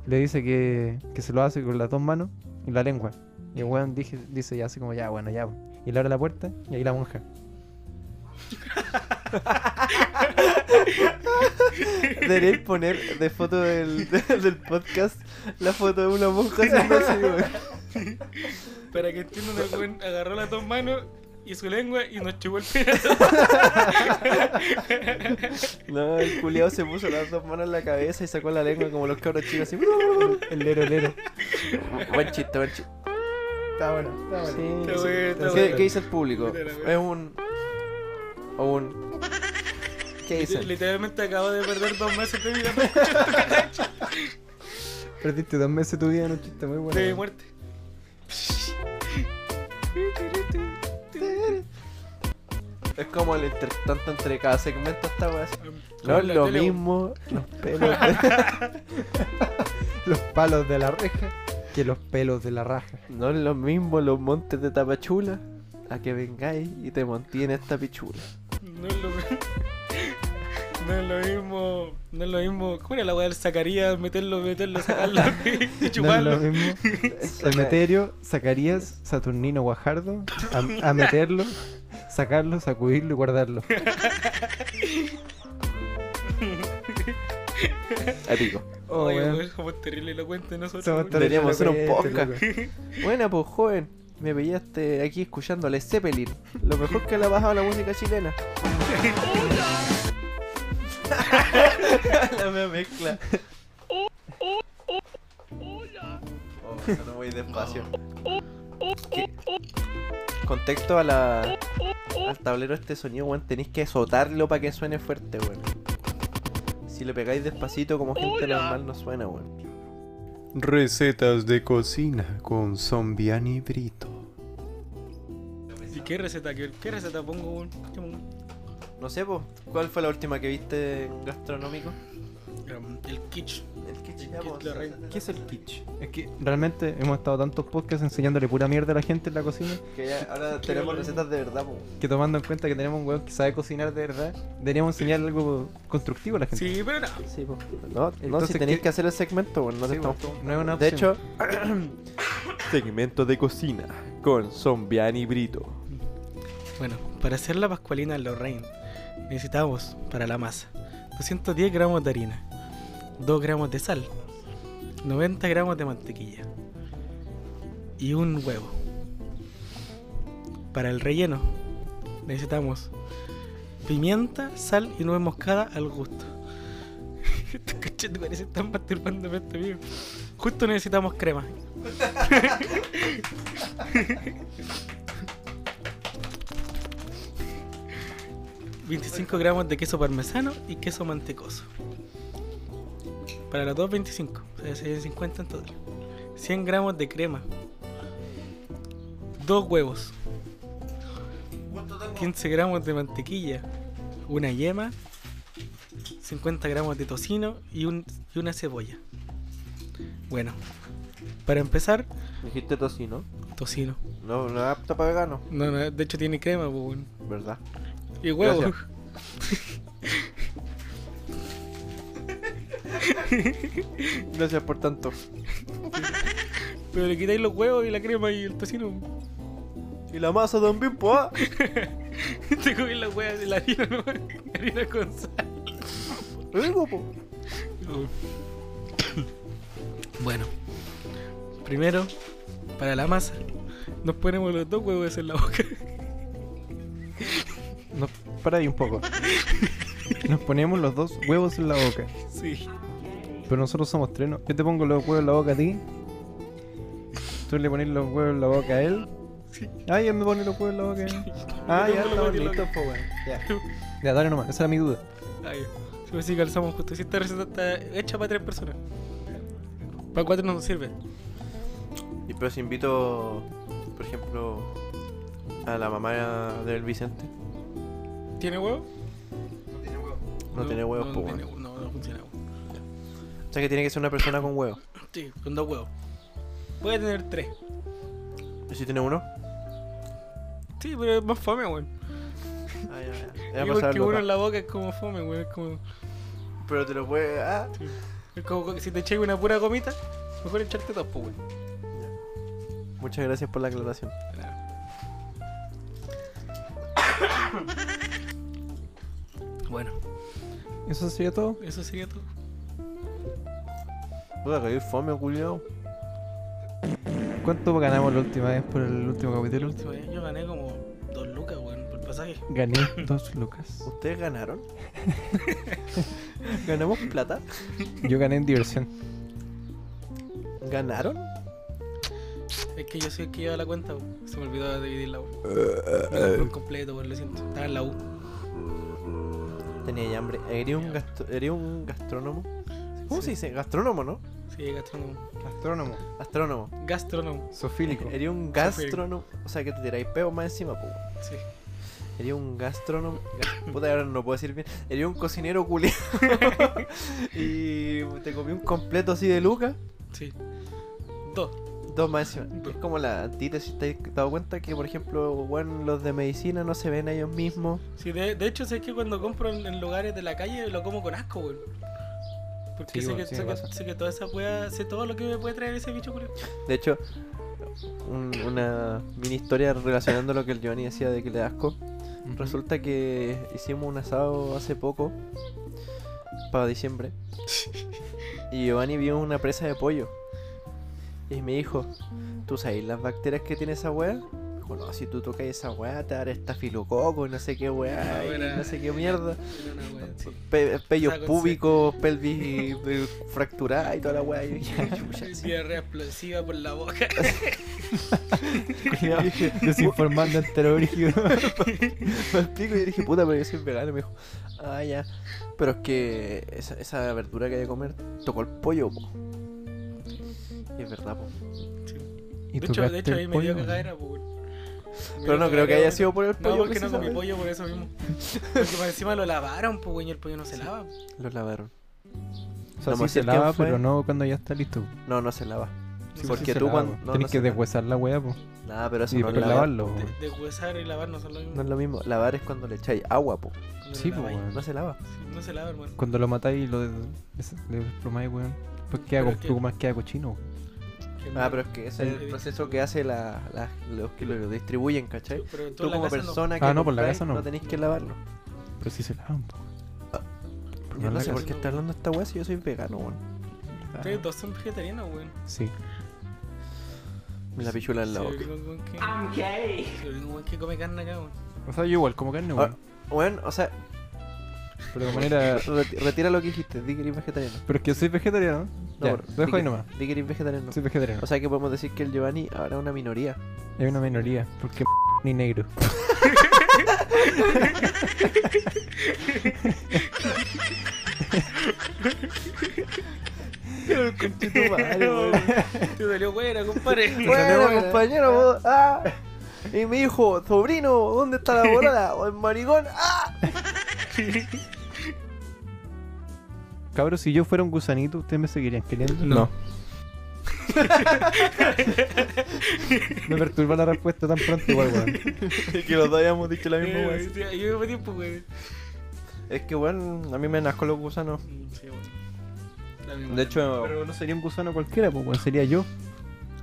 Speaker 1: Le dice que, que se lo hace con las dos manos y la lengua. Y el weón dije- dice ya así como ya, bueno, ya. po. Y le abre la puerta y ahí la monja.
Speaker 4: Deberéis poner de foto del, del podcast la foto de una monja haciendo así, weón.
Speaker 3: Para que entiendan, el weón agarró las dos manos y su lengua y nos chupó el pedazo.
Speaker 4: No, el culiao se puso las dos manos en la cabeza y sacó la lengua como los cabros chicos así.
Speaker 1: El lero, el lero.
Speaker 4: buen chiste, buen chiste.
Speaker 1: Está bueno, está
Speaker 4: Sí,
Speaker 3: Está
Speaker 4: sí.
Speaker 3: bueno, está
Speaker 4: ¿Qué,
Speaker 3: bueno.
Speaker 4: qué dice el público?
Speaker 3: Mira, mira.
Speaker 4: Es un. O un. ¿Qué dicen?
Speaker 3: Literalmente acabo de perder dos meses de vida
Speaker 1: Perdiste dos meses de tu vida en un chiste muy bueno.
Speaker 3: de
Speaker 1: weón.
Speaker 3: muerte.
Speaker 4: Es como el entre- tanto entre cada segmento esta weá. así.
Speaker 3: Como
Speaker 4: No,
Speaker 3: en la
Speaker 4: lo
Speaker 3: tele,
Speaker 4: mismo, los pelos. de-
Speaker 1: Los palos de la reja que los pelos de la raja.
Speaker 4: No es lo mismo los montes de Tapachula a que vengáis y te montí en esta pichula.
Speaker 3: No es lo mismo. No es lo mismo. No es lo mismo. ¿Cómo era la weá del Zacarías? Meterlo, meterlo, sacarlo y
Speaker 1: No es
Speaker 3: chuparlo.
Speaker 1: lo mismo. El meterio, Zacarías, Saturnino, Guajardo, a, a meterlo, sacarlo, sacudirlo y guardarlo.
Speaker 4: Épico.
Speaker 1: Oh,
Speaker 3: Oye,
Speaker 1: weón.
Speaker 3: weón, somos terrible elocuentes nosotros.
Speaker 1: Somos
Speaker 3: weón.
Speaker 4: Deberíamos hacer un
Speaker 1: elocuentes,
Speaker 4: podcast.
Speaker 1: loco.
Speaker 4: Buena, pues joven. Me pillaste aquí escuchando a Led Zeppelin. Lo mejor que le ha bajado la música chilena. la mea mezcla. Oh, sonó muy despacio. ¿Qué? Contexto a la. Al tablero este sonido, weón, tenéis que azotarlo para que suene fuerte, weón. Si le pegáis despacito como gente normal no suena, weón.
Speaker 5: Recetas de cocina con Zombiani Brito.
Speaker 3: ¿Y qué receta? ¿Qué, qué receta pongo, weón? ¿Qué pongo?
Speaker 4: No sé, po, ¿cuál fue la última que viste en gastronómico?
Speaker 3: Um, El kitsch.
Speaker 4: El kitsch,
Speaker 3: ya, po.
Speaker 1: ¿Qué es el kitsch? Es que realmente hemos estado tantos podcasts enseñándole pura mierda a la gente en la cocina
Speaker 4: Que ya
Speaker 3: tenemos
Speaker 4: ahora tenemos
Speaker 3: recetas
Speaker 4: recetas de verdad, po.
Speaker 1: que tomando en cuenta que tenemos un weón que sabe cocinar de verdad, deberíamos enseñarle algo constructivo a la gente.
Speaker 3: Sí, pero no.
Speaker 4: Sí, po. No, no
Speaker 1: Entonces,
Speaker 4: si tenéis
Speaker 1: ¿qué?
Speaker 4: que hacer el segmento, po, no te
Speaker 1: Sí,
Speaker 4: estamos...
Speaker 1: pues, no es una
Speaker 4: De
Speaker 1: opción.
Speaker 4: hecho,
Speaker 5: Segmento de cocina con Zombiani Brito.
Speaker 3: Bueno, para hacer la pascualina Lorraine necesitamos para la masa 210 gramos de harina, 2 gramos de sal, 90 gramos de mantequilla y un huevo. Para el relleno necesitamos pimienta, sal y nuez moscada al gusto. Estos coches de parece están masturbándome este video. Justo necesitamos crema. ...25 gramos de queso parmesano y queso mantecoso. Para los dos, 25. O sea, serían 50 en total. 100 gramos de crema. Dos huevos. 15 gramos de mantequilla. Una yema. 50 gramos de tocino y, un, y una cebolla. Bueno, para empezar,
Speaker 4: dijiste tocino.
Speaker 3: tocino.
Speaker 4: No, no es apto para vegano,
Speaker 3: No, no, de hecho tiene crema, pues, bueno.
Speaker 4: ¿verdad?
Speaker 3: Y huevo.
Speaker 4: Gracias. Gracias por tanto.
Speaker 3: Pero le quitáis los huevos y la crema y el tocino.
Speaker 4: Y la masa también, po. ah.
Speaker 3: Te comí la hueá de la harina, ¿no? Harina con sal.
Speaker 4: Rico, po.
Speaker 3: Bueno, primero, para la masa, nos ponemos los dos huevos en la boca.
Speaker 1: Nos, para ahí un poco. Nos ponemos los dos huevos en la boca.
Speaker 3: Sí.
Speaker 1: Pero nosotros somos trenos. Yo te pongo los huevos en la boca a ti. Tú le pones los huevos en la boca a él. Ah, ya me pone los huevos en la boca a él. Ah, ya
Speaker 3: Yo
Speaker 1: estamos
Speaker 3: pongo los huevos en la
Speaker 1: listos, po, weón. Ya. Ya, dale nomás. Esa era mi duda.
Speaker 3: Ay, si me sigue pues calzamos justo. Si esta receta está hecha para tres personas. Para cuatro no nos sirve.
Speaker 4: Y pero si invito, por ejemplo, a la mamá del Vicente,
Speaker 3: ¿Tiene huevo?
Speaker 4: no, tiene huevos,
Speaker 3: no,
Speaker 4: po,
Speaker 3: no,
Speaker 4: weón.
Speaker 3: tiene hu- no, no funciona. weón.
Speaker 4: O sea que tiene que ser una persona con huevos.
Speaker 3: Sí, con dos huevos. Voy a tener tres.
Speaker 4: ¿Y si tiene uno?
Speaker 3: Sí, pero es más fome, weón.
Speaker 4: Ah, ya, ya.
Speaker 3: Digo, Porque uno en la boca es como fome, weón. Es como,
Speaker 4: Pero te lo puede. Ah.
Speaker 3: es como que si te echas una pura gomita, mejor echarte dos, pues, weón.
Speaker 4: Muchas gracias por la aclaración.
Speaker 3: Bueno,
Speaker 1: ¿Eso sería todo?
Speaker 3: eso sería todo.
Speaker 4: Puta, que fome, culiao.
Speaker 1: ¿Cuánto ganamos la última vez por el último
Speaker 3: El
Speaker 1: capítulo?
Speaker 3: último, yo gané como dos lucas, weón, por el pasaje.
Speaker 1: Gané dos lucas.
Speaker 4: ¿Ustedes ganaron? ¿Ganamos plata?
Speaker 1: Yo gané en diversión.
Speaker 4: ¿Ganaron?
Speaker 3: Es que yo soy el que lleva la cuenta, weón. se me olvidó de dividir la U.
Speaker 1: Eh,
Speaker 3: Me la por completo, weón, lo siento. Estaba en la U.
Speaker 4: Tenía ya hambre. ¿Eres un, gastro- eres un gastrónomo? ¿Cómo se dice? Gastrónomo, ¿no?
Speaker 3: Sí, gastrónomo.
Speaker 1: Astrónomo.
Speaker 4: Astrónomo.
Speaker 3: Gastrónomo, Eh,
Speaker 1: Sofílico.
Speaker 4: Eres un gastrónomo. O sea, que te tiráis peo más encima, pues.
Speaker 3: sí.
Speaker 4: Eres un gastrónomo. gas- Puta, ahora no puedo decir bien. Eres un cocinero culiao. y te comí un completo así de lucas.
Speaker 3: Sí. Dos.
Speaker 4: Dos más encima. Es como la antítesis. ¿Te has dado cuenta que, por ejemplo, bueno, los de medicina no se ven a ellos mismos?
Speaker 3: Sí, de, de hecho, sé que cuando compro en, en lugares de la calle lo como con asco, weón. Porque
Speaker 1: Sí,
Speaker 3: sé,
Speaker 1: weón,
Speaker 3: que,
Speaker 1: sí me
Speaker 3: sé, que,
Speaker 1: pasa.
Speaker 3: sé que toda esa weá, sé todo lo que me puede traer ese bicho, weón.
Speaker 4: De hecho, un- una mini historia relacionando lo que el Giovanni decía de que le da asco.
Speaker 3: eh,
Speaker 4: Resulta que hicimos un asado hace poco, para diciembre, y Giovanni vio una presa de pollo. Y me dijo, ¿tú sabes las bacterias que tiene esa weá? Dijo, no, si tú tocas esa weá te dará estafilococo y no sé qué weá,
Speaker 3: No,
Speaker 4: y
Speaker 3: era-
Speaker 4: no sé qué mierda.
Speaker 3: Era una weá, sí.
Speaker 4: Pe- pellos
Speaker 3: Estaba con
Speaker 4: púbicos, pelvis eh, fracturada y toda la weá. Y yo dije, "Chucha, sí".
Speaker 3: Diarrea explosiva por la boca.
Speaker 1: Desinformando entero brígido.
Speaker 4: Pa'l pico, y yo dije, puta, pero yo soy vegano. Y me dijo, ah, ya. Pero es que esa, esa verdura que hay que comer tocó el pollo, po. Y es verdad, po.
Speaker 1: ¿Y
Speaker 3: De hecho, de hecho, ahí me dio cagadera, pues.
Speaker 4: Pero no creo que haya sido por el
Speaker 3: No,
Speaker 4: pollo.
Speaker 3: porque no comí
Speaker 4: precisamente.
Speaker 3: pollo por eso mismo. Porque por encima lo lavaron, pues, weón, y el pollo no se lava.
Speaker 4: Lo lavaron.
Speaker 1: O sea,
Speaker 4: No me
Speaker 1: sí se
Speaker 4: decís quién
Speaker 1: lava,
Speaker 4: fue.
Speaker 1: pero no cuando ya está listo.
Speaker 4: No, no se lava.
Speaker 3: Sí,
Speaker 4: porque
Speaker 1: se
Speaker 4: tú
Speaker 1: lava,
Speaker 4: cuando-
Speaker 1: po.
Speaker 4: no,
Speaker 1: Tenés
Speaker 4: no
Speaker 1: que
Speaker 4: se lava.
Speaker 1: deshuesar la weá, po.
Speaker 4: Nada, pero eso
Speaker 1: Y
Speaker 4: no es
Speaker 1: después
Speaker 4: lavar.
Speaker 1: lavarlo, po.
Speaker 3: De- Deshuesar y lavar no son lo mismo.
Speaker 4: No pues, es lo mismo. Lavar es cuando le echáis agua, po.
Speaker 3: Cuando
Speaker 1: Sí,
Speaker 3: lo
Speaker 1: po,
Speaker 3: laváis.
Speaker 1: weón.
Speaker 4: No se lava.
Speaker 3: Sí, No se lava, hermano.
Speaker 1: Cuando lo matáis y lo des- des- le desplomáis, weón. Pues queda
Speaker 3: Pero
Speaker 1: con
Speaker 3: que-
Speaker 1: poco más queda cochino.
Speaker 4: Ah, pero es que ese es
Speaker 3: Sí.
Speaker 4: el proceso que hace la, la- los que lo distribuyen, ¿cachai?
Speaker 3: Pero tú,
Speaker 4: Tú
Speaker 3: en la
Speaker 4: como
Speaker 3: casa no.
Speaker 4: persona que
Speaker 1: Ah, no, por la
Speaker 4: compráis,
Speaker 1: casa no.
Speaker 4: no tenéis que lavarlo.
Speaker 1: Pero si se lavan, po.
Speaker 4: Yo
Speaker 1: No, en
Speaker 4: no
Speaker 1: la
Speaker 4: sé por
Speaker 3: casa
Speaker 4: qué
Speaker 3: no.
Speaker 4: está hablando esta weá si yo soy vegano, weón. Ah,
Speaker 3: Ustedes dos son vegetarianos, weón.
Speaker 1: Sí.
Speaker 4: Me la pichula en la
Speaker 3: Sí,
Speaker 4: boca.
Speaker 3: el único weón que- Sí, el único weón que come carne acá, weón.
Speaker 1: O sea, yo igual como carne,
Speaker 4: Ah,
Speaker 1: weón.
Speaker 4: Weón, o sea,
Speaker 1: Pero de manera.
Speaker 4: Reti- retira lo que dijiste, di que eres vegetariano.
Speaker 1: Pero es que soy vegetariano.
Speaker 4: No,
Speaker 1: ya,
Speaker 4: por-
Speaker 1: lo
Speaker 4: di
Speaker 1: dejo
Speaker 4: que-
Speaker 1: ahí nomás.
Speaker 4: Di que eres vegetariano.
Speaker 1: Soy vegetariano.
Speaker 4: O sea que podemos decir que el Giovanni ahora es una minoría.
Speaker 1: Hay una minoría. Porque ni negro.
Speaker 3: Te salió buena, compadre.
Speaker 4: bueno, compañero, vos- ah. Y mi hijo, sobrino, ¿dónde está la bolada? O el maricón, ah.
Speaker 1: Cabros, si yo fuera un gusanito, ¿ustedes me seguirían queriendo?
Speaker 3: No.
Speaker 1: me perturba la respuesta tan pronto igual, weón.
Speaker 4: Y que los dos hayamos dicho la
Speaker 3: Eh, sí, Yo me metí un poco, weón.
Speaker 4: Es que, bueno, a mí me nazco los gusanos.
Speaker 3: Mm, Sí, weón. La misma
Speaker 4: De hecho,
Speaker 1: Pero no sería un gusano cualquiera, pues, weón. Sería yo.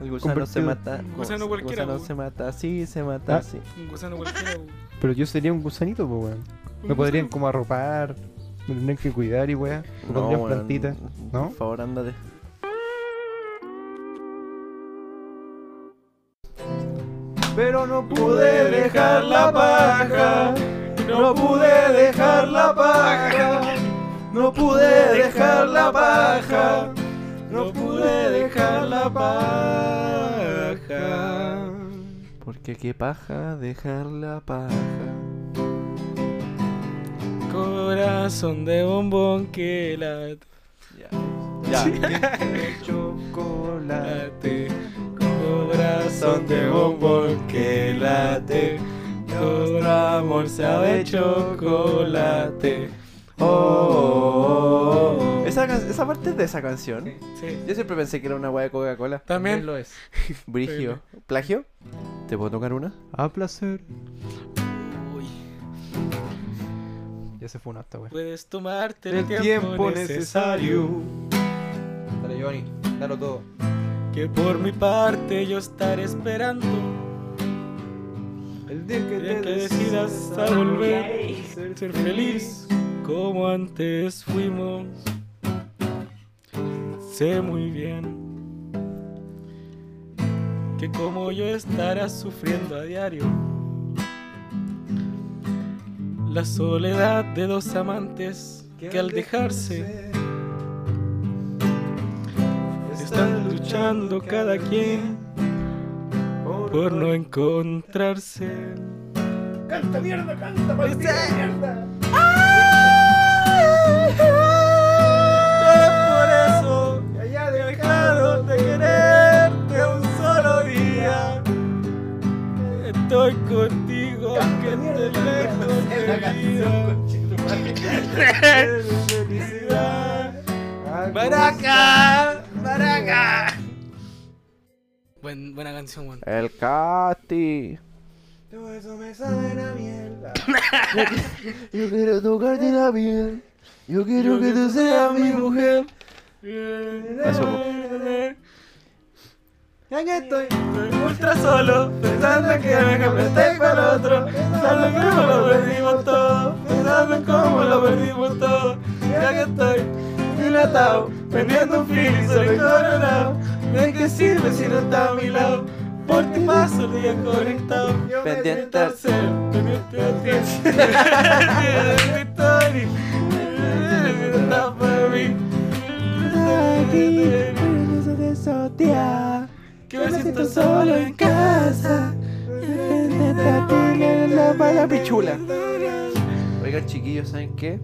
Speaker 4: el gusano se
Speaker 1: convertido-
Speaker 4: mata.
Speaker 3: Un gusano cualquiera,
Speaker 4: El gusano
Speaker 3: weón.
Speaker 4: se mata así, se mata
Speaker 1: Ah.
Speaker 4: así.
Speaker 3: Un gusano cualquiera, weón.
Speaker 1: Pero yo sería un gusanito, pues, weón. Me podrían como arropar. Me tendrían que cuidar y weón. Me pondrían
Speaker 4: weón,
Speaker 1: plantitas. ¿no?
Speaker 4: Por favor, ándate.
Speaker 1: Pero no
Speaker 4: pude dejar la paja, no pude dejar la paja,
Speaker 5: No pude dejar la paja. No pude dejar la paja.
Speaker 4: Porque qué paja dejar la paja.
Speaker 3: Corazón de bombón que late.
Speaker 5: Chocolate.
Speaker 3: late. Corazón de bombón que late. Nuestro amor sabe chocolate.
Speaker 4: Oh, oh, oh, oh. Esa, can- esa parte es de esa canción.
Speaker 3: Sí.
Speaker 4: Yo siempre pensé que era una weá de Coca-Cola.
Speaker 3: También.
Speaker 1: lo es.
Speaker 4: Brigio. ¿Plagio? ¿Te puedo tocar una?
Speaker 1: A placer.
Speaker 3: Uy,
Speaker 1: Ya se fue una hasta, güey.
Speaker 3: puedes tomarte
Speaker 1: El tiempo necesario. Dale, Giovanni, dalo todo.
Speaker 3: Que por mi parte yo estaré esperando.
Speaker 1: El día que
Speaker 3: El día
Speaker 1: te
Speaker 3: que
Speaker 1: decidas
Speaker 3: decidas
Speaker 1: a
Speaker 3: a
Speaker 1: volver,
Speaker 3: volver,
Speaker 1: ser,
Speaker 3: Ser
Speaker 1: feliz.
Speaker 3: feliz como antes fuimos. Sé muy bien que como yo estarás sufriendo a diario. La soledad de dos amantes que al dejarse están luchando cada quien por no encontrarse. ¡Canta mierda, canta maldita mierda! Es por eso que haya dejado de quererte un solo día. Estoy contigo aunque esté lejos de vida. Felicidad. Baraca, baraca. buena canción, Juan.
Speaker 4: El Cati. Yo quiero tocarte la piel. Yo quiero que tú seas mi mujer.
Speaker 3: Eso.
Speaker 1: Aquí estoy.
Speaker 3: Ultra solo, pensando en que me cambiaste con otro. Pensando en cómo lo perdimos todo. Pensando en cómo lo perdimos todo. Ya que estoy dilatado, vendiendo un fil y soy coronado. ¿De qué sirve si no está a mi lado? Por ti paso el día conectado.
Speaker 4: Pendiente al
Speaker 3: Entonces, pendiente a ti. Eres mi Tony. Eres mi tapa para mí. Que me siento solo en casa.
Speaker 4: pichula. Oigan, chiquillos, ¿saben qué?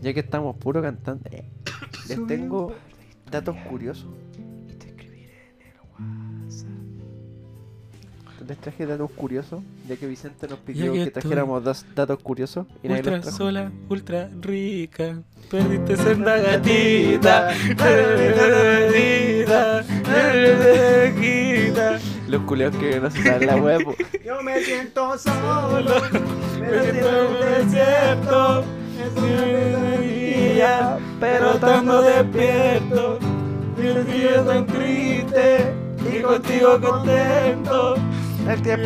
Speaker 4: Ya que estamos puro cantando, eh, les tengo datos curiosos. Les traje datos curiosos, ya que Vicente nos pidió
Speaker 3: que
Speaker 4: que
Speaker 3: estoy
Speaker 4: trajéramos dos datos curiosos y nadie los
Speaker 3: Ultra
Speaker 4: trajo.
Speaker 3: sola, ultra rica. Perdiste senda gatita. Perdiste gatita. Perdiste gatita.
Speaker 4: Los culeos que no se saben la huevo.
Speaker 1: Yo me siento solo.
Speaker 3: Solo, me siento en el desierto. día, pero estando despierto. Y el día tan triste. Y contigo contento.
Speaker 4: El
Speaker 3: Quizás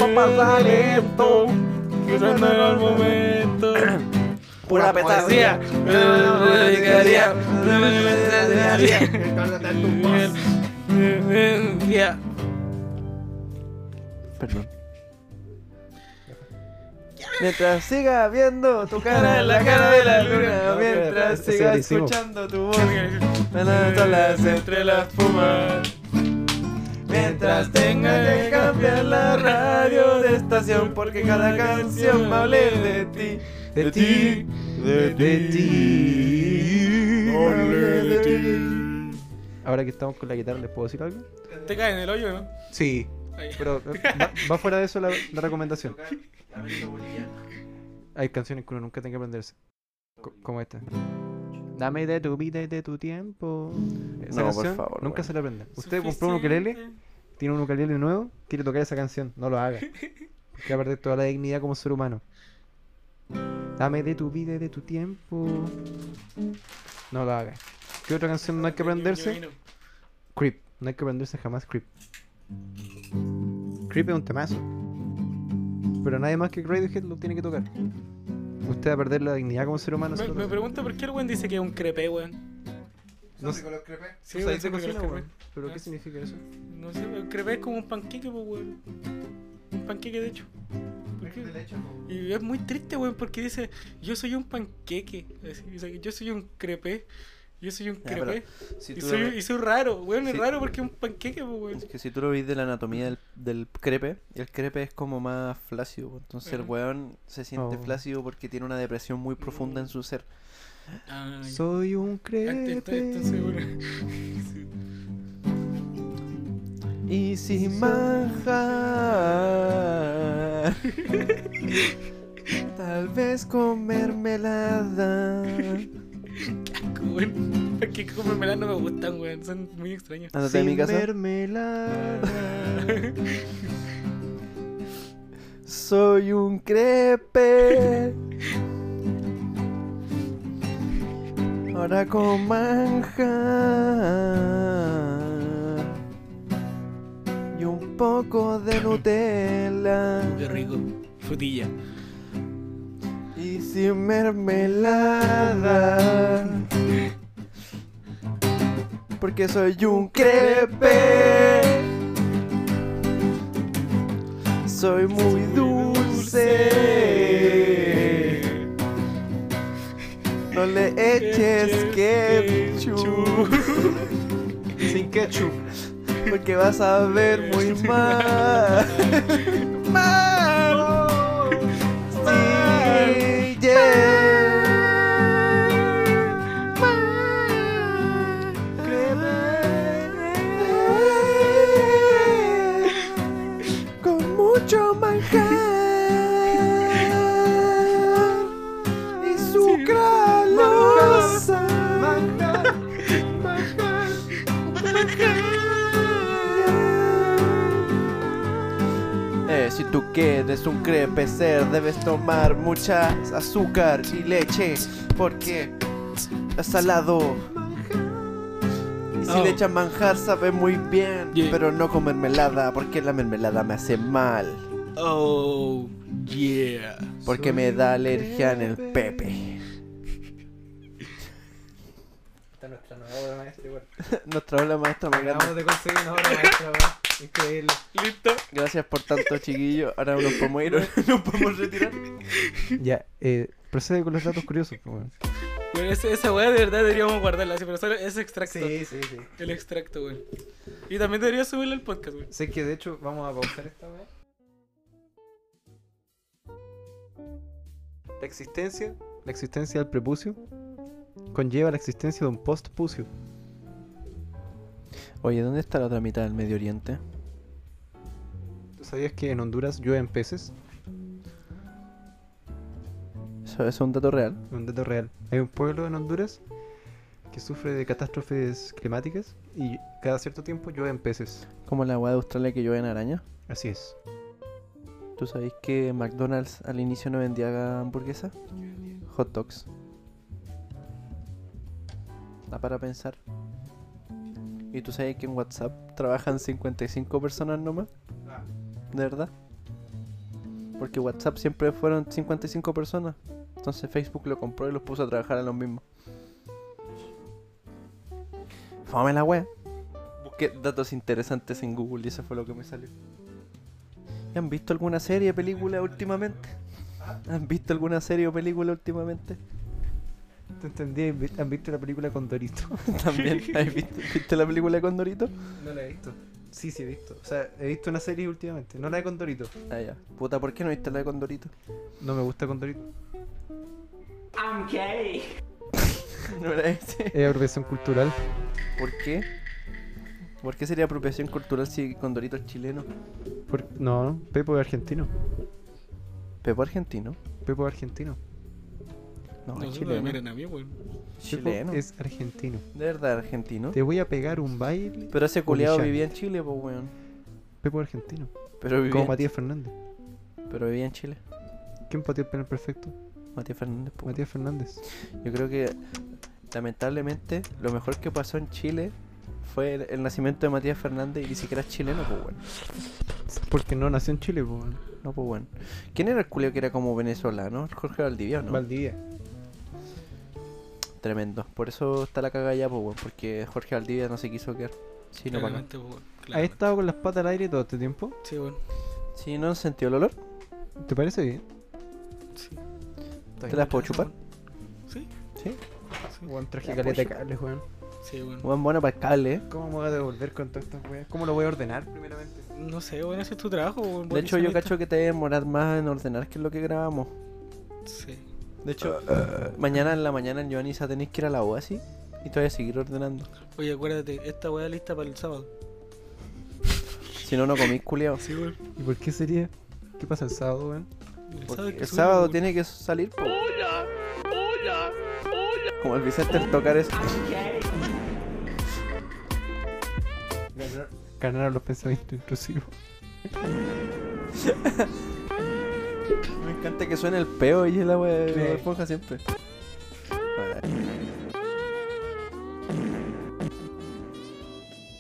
Speaker 3: no era el momento.
Speaker 4: Pura
Speaker 3: Poesía. Me lo dedicaría. Me lo dedicaría. Ya.
Speaker 4: Perdón. Mientras siga viendo tu cara en la cara de la luna, mientras
Speaker 1: Ese
Speaker 4: siga
Speaker 1: buenísimo.
Speaker 4: escuchando tu voz, las entre las fumas. Mientras tenga que cambiar la radio de estación, porque cada canción va a hablar de ti,
Speaker 1: De ti.
Speaker 5: De ti.
Speaker 1: Ole de ti. Ahora que estamos con la guitarra, ¿les puedo decir algo?
Speaker 3: Te cae en el hoyo, ¿no?
Speaker 1: Sí. Pero eh, va, va fuera de eso la, la recomendación. Hay canciones que uno nunca tiene que aprenderse. Co- como esta. Dame de tu vida y de tu tiempo. Esa
Speaker 4: No, por
Speaker 1: canción
Speaker 4: favor,
Speaker 1: nunca
Speaker 4: bueno.
Speaker 1: se la aprende. Usted compró un ukelele, tiene un ukelele nuevo, quiere tocar esa canción. No lo haga. Porque va a perder toda la dignidad como ser humano. Dame de tu vida y de tu tiempo. No lo haga. ¿Qué otra canción no hay que aprenderse? Creep. No hay que aprenderse jamás Creep. Creep es un temazo. Pero nadie más que Radiohead lo tiene que tocar. Usted va a perder la dignidad como ser humano.
Speaker 3: Me,
Speaker 1: si lo
Speaker 3: me
Speaker 1: toca.
Speaker 3: pregunto por qué el weón dice que es un crepe, weón.
Speaker 1: No sé.
Speaker 3: Sí,
Speaker 1: O sea,
Speaker 3: weón,
Speaker 1: ¿y
Speaker 3: siempre
Speaker 1: qué
Speaker 3: que los
Speaker 1: cocina,
Speaker 3: crepes-
Speaker 1: weón? ¿Pero
Speaker 3: Ah.
Speaker 1: qué significa eso?
Speaker 3: No sé, el crepe es como un panqueque, pues, weón. Un panqueque, de hecho. Porque- Y es muy triste, weón, porque dice, yo soy un panqueque, así, o sea, yo soy un crepé, yo soy un
Speaker 4: pero
Speaker 3: crepé,
Speaker 4: Si
Speaker 3: y,
Speaker 4: tú
Speaker 3: soy,
Speaker 4: lo,
Speaker 3: y soy raro, weón, es
Speaker 4: Sí.
Speaker 3: raro porque es un panqueque, pues, weón.
Speaker 4: es que si tú lo ves de la anatomía del, del crepe, el crepe es como más flácido. pues, Entonces el
Speaker 3: Ujú.
Speaker 4: weón se siente
Speaker 1: Oh.
Speaker 4: flácido porque tiene una depresión muy profunda en su ser.
Speaker 3: Ah, ya.
Speaker 1: Soy
Speaker 3: Ah,
Speaker 1: un
Speaker 3: te- te-
Speaker 1: crepe.
Speaker 3: entonces, bueno, sí.
Speaker 4: Y sin manjar. Tal vez con mermelada.
Speaker 3: Como, weón, panqueques con mermelada no me gustan, weón, son muy extraños.
Speaker 4: Ándate de
Speaker 1: Sin
Speaker 4: mi casa.
Speaker 1: mermelada.
Speaker 4: Soy un crepe. Ahora con manjar. Y un poco de Nutella.
Speaker 3: Qué rico, frutilla.
Speaker 4: Y sin mermelada. Porque soy un crepe. Soy muy dulce. No le eches ketchup.
Speaker 1: Sin ketchup.
Speaker 4: Porque vas a ver muy mal. Mal. Sí, yeah. Mal. Con mucho manjar y sucralosa. Eh, si tú quieres un crepecer, debes tomar mucha azúcar y leche, porque es salado. Y si
Speaker 3: Oh.
Speaker 4: le echas manjar, sabe muy bien,
Speaker 3: Yeah.
Speaker 4: pero no con mermelada, porque la mermelada me hace mal,
Speaker 3: Oh, yeah.
Speaker 4: porque me da alergia en el pepe.
Speaker 1: Esta es nuestra nueva obra maestra, igual.
Speaker 4: Nuestra obra maestra más grande.
Speaker 1: Acabamos de conseguir una obra maestra, weón. Increíble.
Speaker 3: Listo.
Speaker 4: Gracias por tanto, chiquillo. Ahora nos podemos ir, nos podemos retirar.
Speaker 1: Ya, eh, procede con los datos curiosos, pues, weón.
Speaker 3: Bueno, esa, esa weá de verdad deberíamos guardarla, sí, pero solo ese extracto.
Speaker 1: sí, sí.
Speaker 3: El extracto, weón. Y también debería subirle al podcast, weón.
Speaker 1: Sé que de hecho vamos a pausar esta vez. La existencia, la existencia del prepucio conlleva la existencia de un postpucio.
Speaker 4: Oye, ¿dónde está la otra mitad del Medio Oriente?
Speaker 1: ¿Tú sabías que en Honduras llueven peces?
Speaker 4: ¿Eso eso es un dato real?
Speaker 1: Un dato real. Hay un pueblo en Honduras que sufre de catástrofes climáticas y cada cierto tiempo llueven peces.
Speaker 4: Como la agua de Australia que llueve en araña.
Speaker 1: Así es.
Speaker 4: ¿Tú sabéis que McDonald's al inicio no vendía hamburguesa? Hot dogs. Da para pensar. ¿Y tú sabes que en WhatsApp trabajan 55 personas nomás? ¿De verdad? Porque WhatsApp siempre fueron 55 personas. Entonces Facebook lo compró y los puso a trabajar a los mismos. Fame la wea. Busqué datos interesantes en Google y eso fue lo que me salió. ¿Han visto alguna serie, película últimamente? ¿Han visto alguna serie o película últimamente?
Speaker 1: ¿Te entendí? ¿Han visto la película con Dorito?
Speaker 4: También, ¿has visto, viste la película con Dorito?
Speaker 1: No la he visto. Sí, sí, he visto. O sea, he visto una serie últimamente. No la de Condorito.
Speaker 4: Ah, ya. Puta, ¿por qué no viste la de Condorito?
Speaker 1: No me gusta Condorito.
Speaker 4: ¿No era ese?
Speaker 1: Es apropiación cultural.
Speaker 4: ¿Por qué? ¿Por qué sería apropiación cultural si Condorito es chileno?
Speaker 1: Por- No, Pepo es argentino.
Speaker 4: Pepo argentino.
Speaker 1: Pepo es argentino.
Speaker 4: No,
Speaker 3: No,
Speaker 4: es
Speaker 3: solo me
Speaker 4: chileno.
Speaker 3: miren a mí, weón.
Speaker 4: Chileno.
Speaker 1: Pepo es argentino.
Speaker 4: De verdad, argentino.
Speaker 1: Te voy a pegar un baile.
Speaker 4: Pero ese culiado
Speaker 1: Unillante.
Speaker 4: vivía en Chile, pues weón.
Speaker 1: Pepo es argentino.
Speaker 4: Pero vivía,
Speaker 1: Como
Speaker 4: en,
Speaker 1: Matías Fernández.
Speaker 4: pero vivía en Chile.
Speaker 1: ¿Quién pateó el penal perfecto?
Speaker 4: Matías Fernández, pues.
Speaker 1: Matías Fernández.
Speaker 4: Yo creo que lamentablemente lo mejor que pasó en Chile fue el, el nacimiento de Matías Fernández y ni siquiera es chileno, pues bueno.
Speaker 1: Porque no nació en Chile, po.
Speaker 4: No, pues bueno. ¿Quién era el culio que era como venezolano? Jorge Valdivia, ¿no?
Speaker 1: Valdivia.
Speaker 4: Tremendo. Por eso está la caga ya, pues bueno, porque Jorge Valdivia no se quiso quedar. Sí, no, para acá.
Speaker 3: Claramente, pues, weón.
Speaker 1: ¿Has
Speaker 3: Claro.
Speaker 1: estado con las patas al aire todo este tiempo?
Speaker 3: Sí, weón.
Speaker 4: Sí, no sentió el olor.
Speaker 1: ¿Te parece bien?
Speaker 3: Sí.
Speaker 4: ¿Te las puedo chupar?
Speaker 3: Sí,
Speaker 1: Sí.
Speaker 3: sí.
Speaker 1: Weón, traje
Speaker 4: Ya,
Speaker 1: caleta de
Speaker 4: pues.
Speaker 1: cables, weón.
Speaker 3: Sí, bueno.
Speaker 4: Weón, bueno para el cable, eh.
Speaker 1: ¿Cómo me voy a devolver con todas estas weas? ¿Cómo lo voy a ordenar primeramente?
Speaker 3: No sé, bueno, ese es tu trabajo. weón,
Speaker 4: De
Speaker 3: vos
Speaker 4: hecho,
Speaker 3: eres
Speaker 4: yo
Speaker 3: analista.
Speaker 4: cacho que te debe demorar más en ordenar que lo que grabamos.
Speaker 3: Sí.
Speaker 1: De hecho,
Speaker 4: Mañana en la mañana en Joanisa tenéis que ir a la UASI y te voy a seguir ordenando.
Speaker 3: Oye, acuérdate, esta weá lista para el sábado.
Speaker 4: Si no, no comís culiao.
Speaker 3: Sí, weón.
Speaker 1: ¿y por qué sería? ¿Qué pasa el sábado, weón?
Speaker 3: El
Speaker 4: Porque
Speaker 3: sábado,
Speaker 4: el sábado tiene que salir, po. Como el Vicente al tocar eso.
Speaker 1: Ganar- Ganaron los pensamientos intrusivos.
Speaker 4: Me encanta que suene el peo y el agua de
Speaker 1: Sí.
Speaker 4: Bob esponja siempre.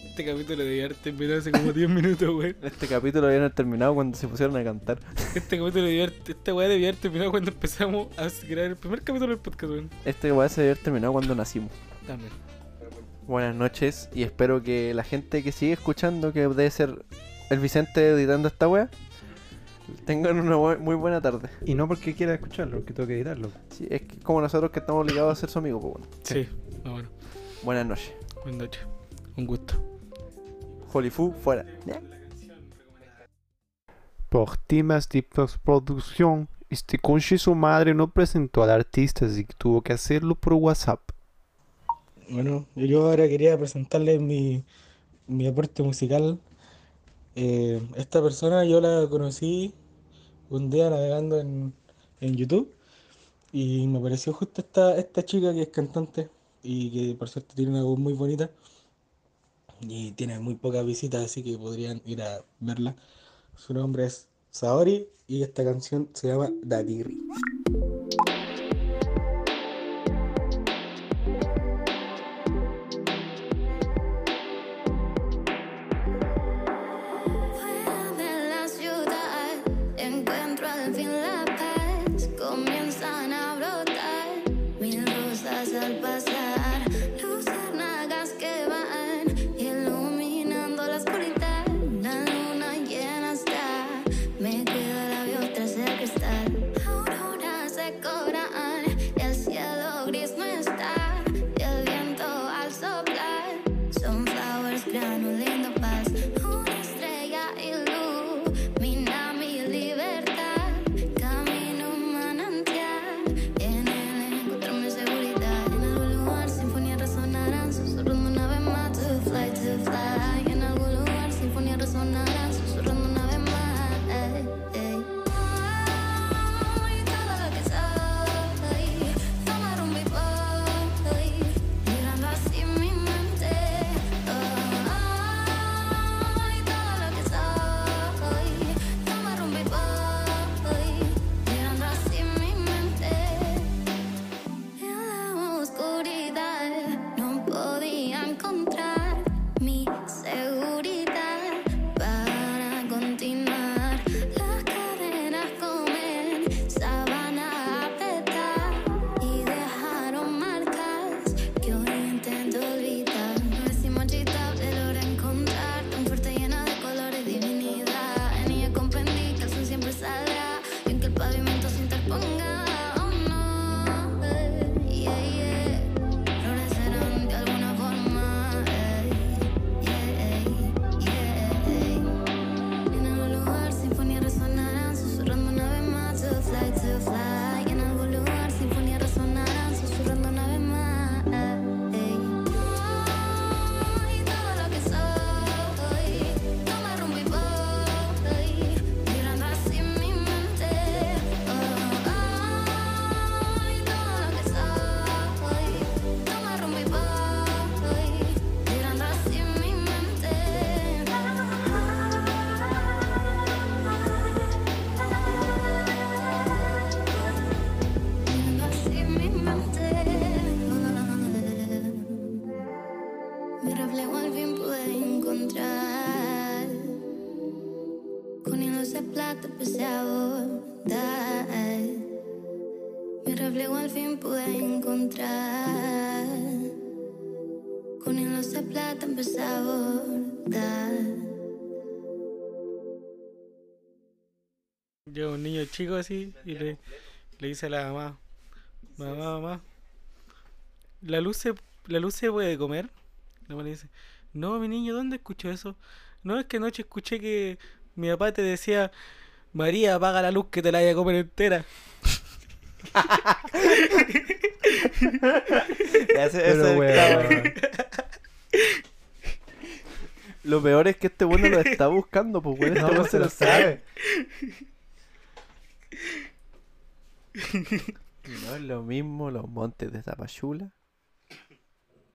Speaker 3: Este capítulo de arte empezó hace como 10 minutos, weón.
Speaker 4: Este capítulo ya no terminado cuando se pusieron a cantar.
Speaker 3: Este capítulo de arte, esta weá debía haber terminado cuando empezamos a crear el primer capítulo del podcast, weón.
Speaker 4: Este weá se debe haber terminado cuando nacimos.
Speaker 3: También.
Speaker 4: Buenas noches y espero que la gente que sigue escuchando, que debe ser el Vicente editando esta weá, tengan una bu- muy buena tarde.
Speaker 1: Y no porque quiera escucharlo, porque tengo que editarlo.
Speaker 4: Sí, es que como nosotros que estamos obligados a ser su amigo, pues bueno.
Speaker 3: Sí. Ah, bueno.
Speaker 4: Buenas noches.
Speaker 3: Buenas noches. Un gusto.
Speaker 4: Holy Fu, fuera. Ya.
Speaker 6: Por temas de postproducción, este conche su madre no presentó al artista, así que tuvo que hacerlo por WhatsApp.
Speaker 7: Bueno, yo ahora quería presentarles mi, mi aporte musical. Eh, esta persona yo la conocí un día navegando en, en YouTube y me apareció justo esta, esta chica que es cantante y que por cierto tiene una voz muy bonita y tiene muy pocas visitas, así que podrían ir a verla. Su nombre es Saori y esta canción se llama Datiri.
Speaker 8: Fuera de la ciudad encuentro al fin la paz, comienzan a brotar mil rosas al pasar, luciérnagas que van iluminando la oscuridad, la luna llena está, me queda la vio tras el cristal, auroras se cobran y el cielo gris no está, y el viento al soplar son flowers crean un lindo paz, una estrella ilumina mi libertad, camino un manantial, en él encuentro mi seguridad, en algún lugar sinfonía resonarán, susurrando una vez más, to fly, to fly, en algún lugar sinfonía resonarán, susurrando una vez más, ey, ey. Ay, todo lo que soy, tomar un bipolar, mirando así mi mente, ay, todo lo que soy, tomar un bipolar, mirando así mi mente. En la oscuridad no podía encontrar mi seguridad para continuar. Las cadenas comenzaban a apretar y dejaron marcas que hoy intento olvidar. No es inmochitable lograr encontrar tan fuerte llena de colores divinidad. En ella comprendí que el sol siempre saldrá y aunque el pavimento se interponga, oh no, eh, yeah, yeah. Florecerán de alguna forma, eh, yeah, yeah, yeah. En algún lugar sinfonía resonarán, susurrando una vez más, to fly, to fly. En algún lugar sinfonía resonarán, susurrando una vez más. eh, Ay, todo lo que soy, tomar rumbo y voy, mirando así mi mente. Oh, ay, todo lo que soy, tomar rumbo y voy, mirando así mi mente. Mi reflejo al fin pude encontrar Con hilos de plata empecé a bordar Mi reflejo al fin pude encontrar Con hilos de plata empecé a bordar
Speaker 3: llega un niño chico así y le, le dice a la mamá, mamá, mamá, ¿la luz se, la luz se puede comer? La mamá le dice, no, mi niño, ¿dónde escuchó eso? No, es que anoche escuché que mi papá te decía, María, apaga la luz que te la haya a comer entera.
Speaker 4: Ese- ese
Speaker 1: Pero,
Speaker 4: está
Speaker 1: weón.
Speaker 4: bueno. Lo peor es que este bueno lo está buscando, pues bueno, este
Speaker 1: No,
Speaker 4: bueno
Speaker 1: se lo sabe.
Speaker 4: No es lo mismo los montes de Tapachula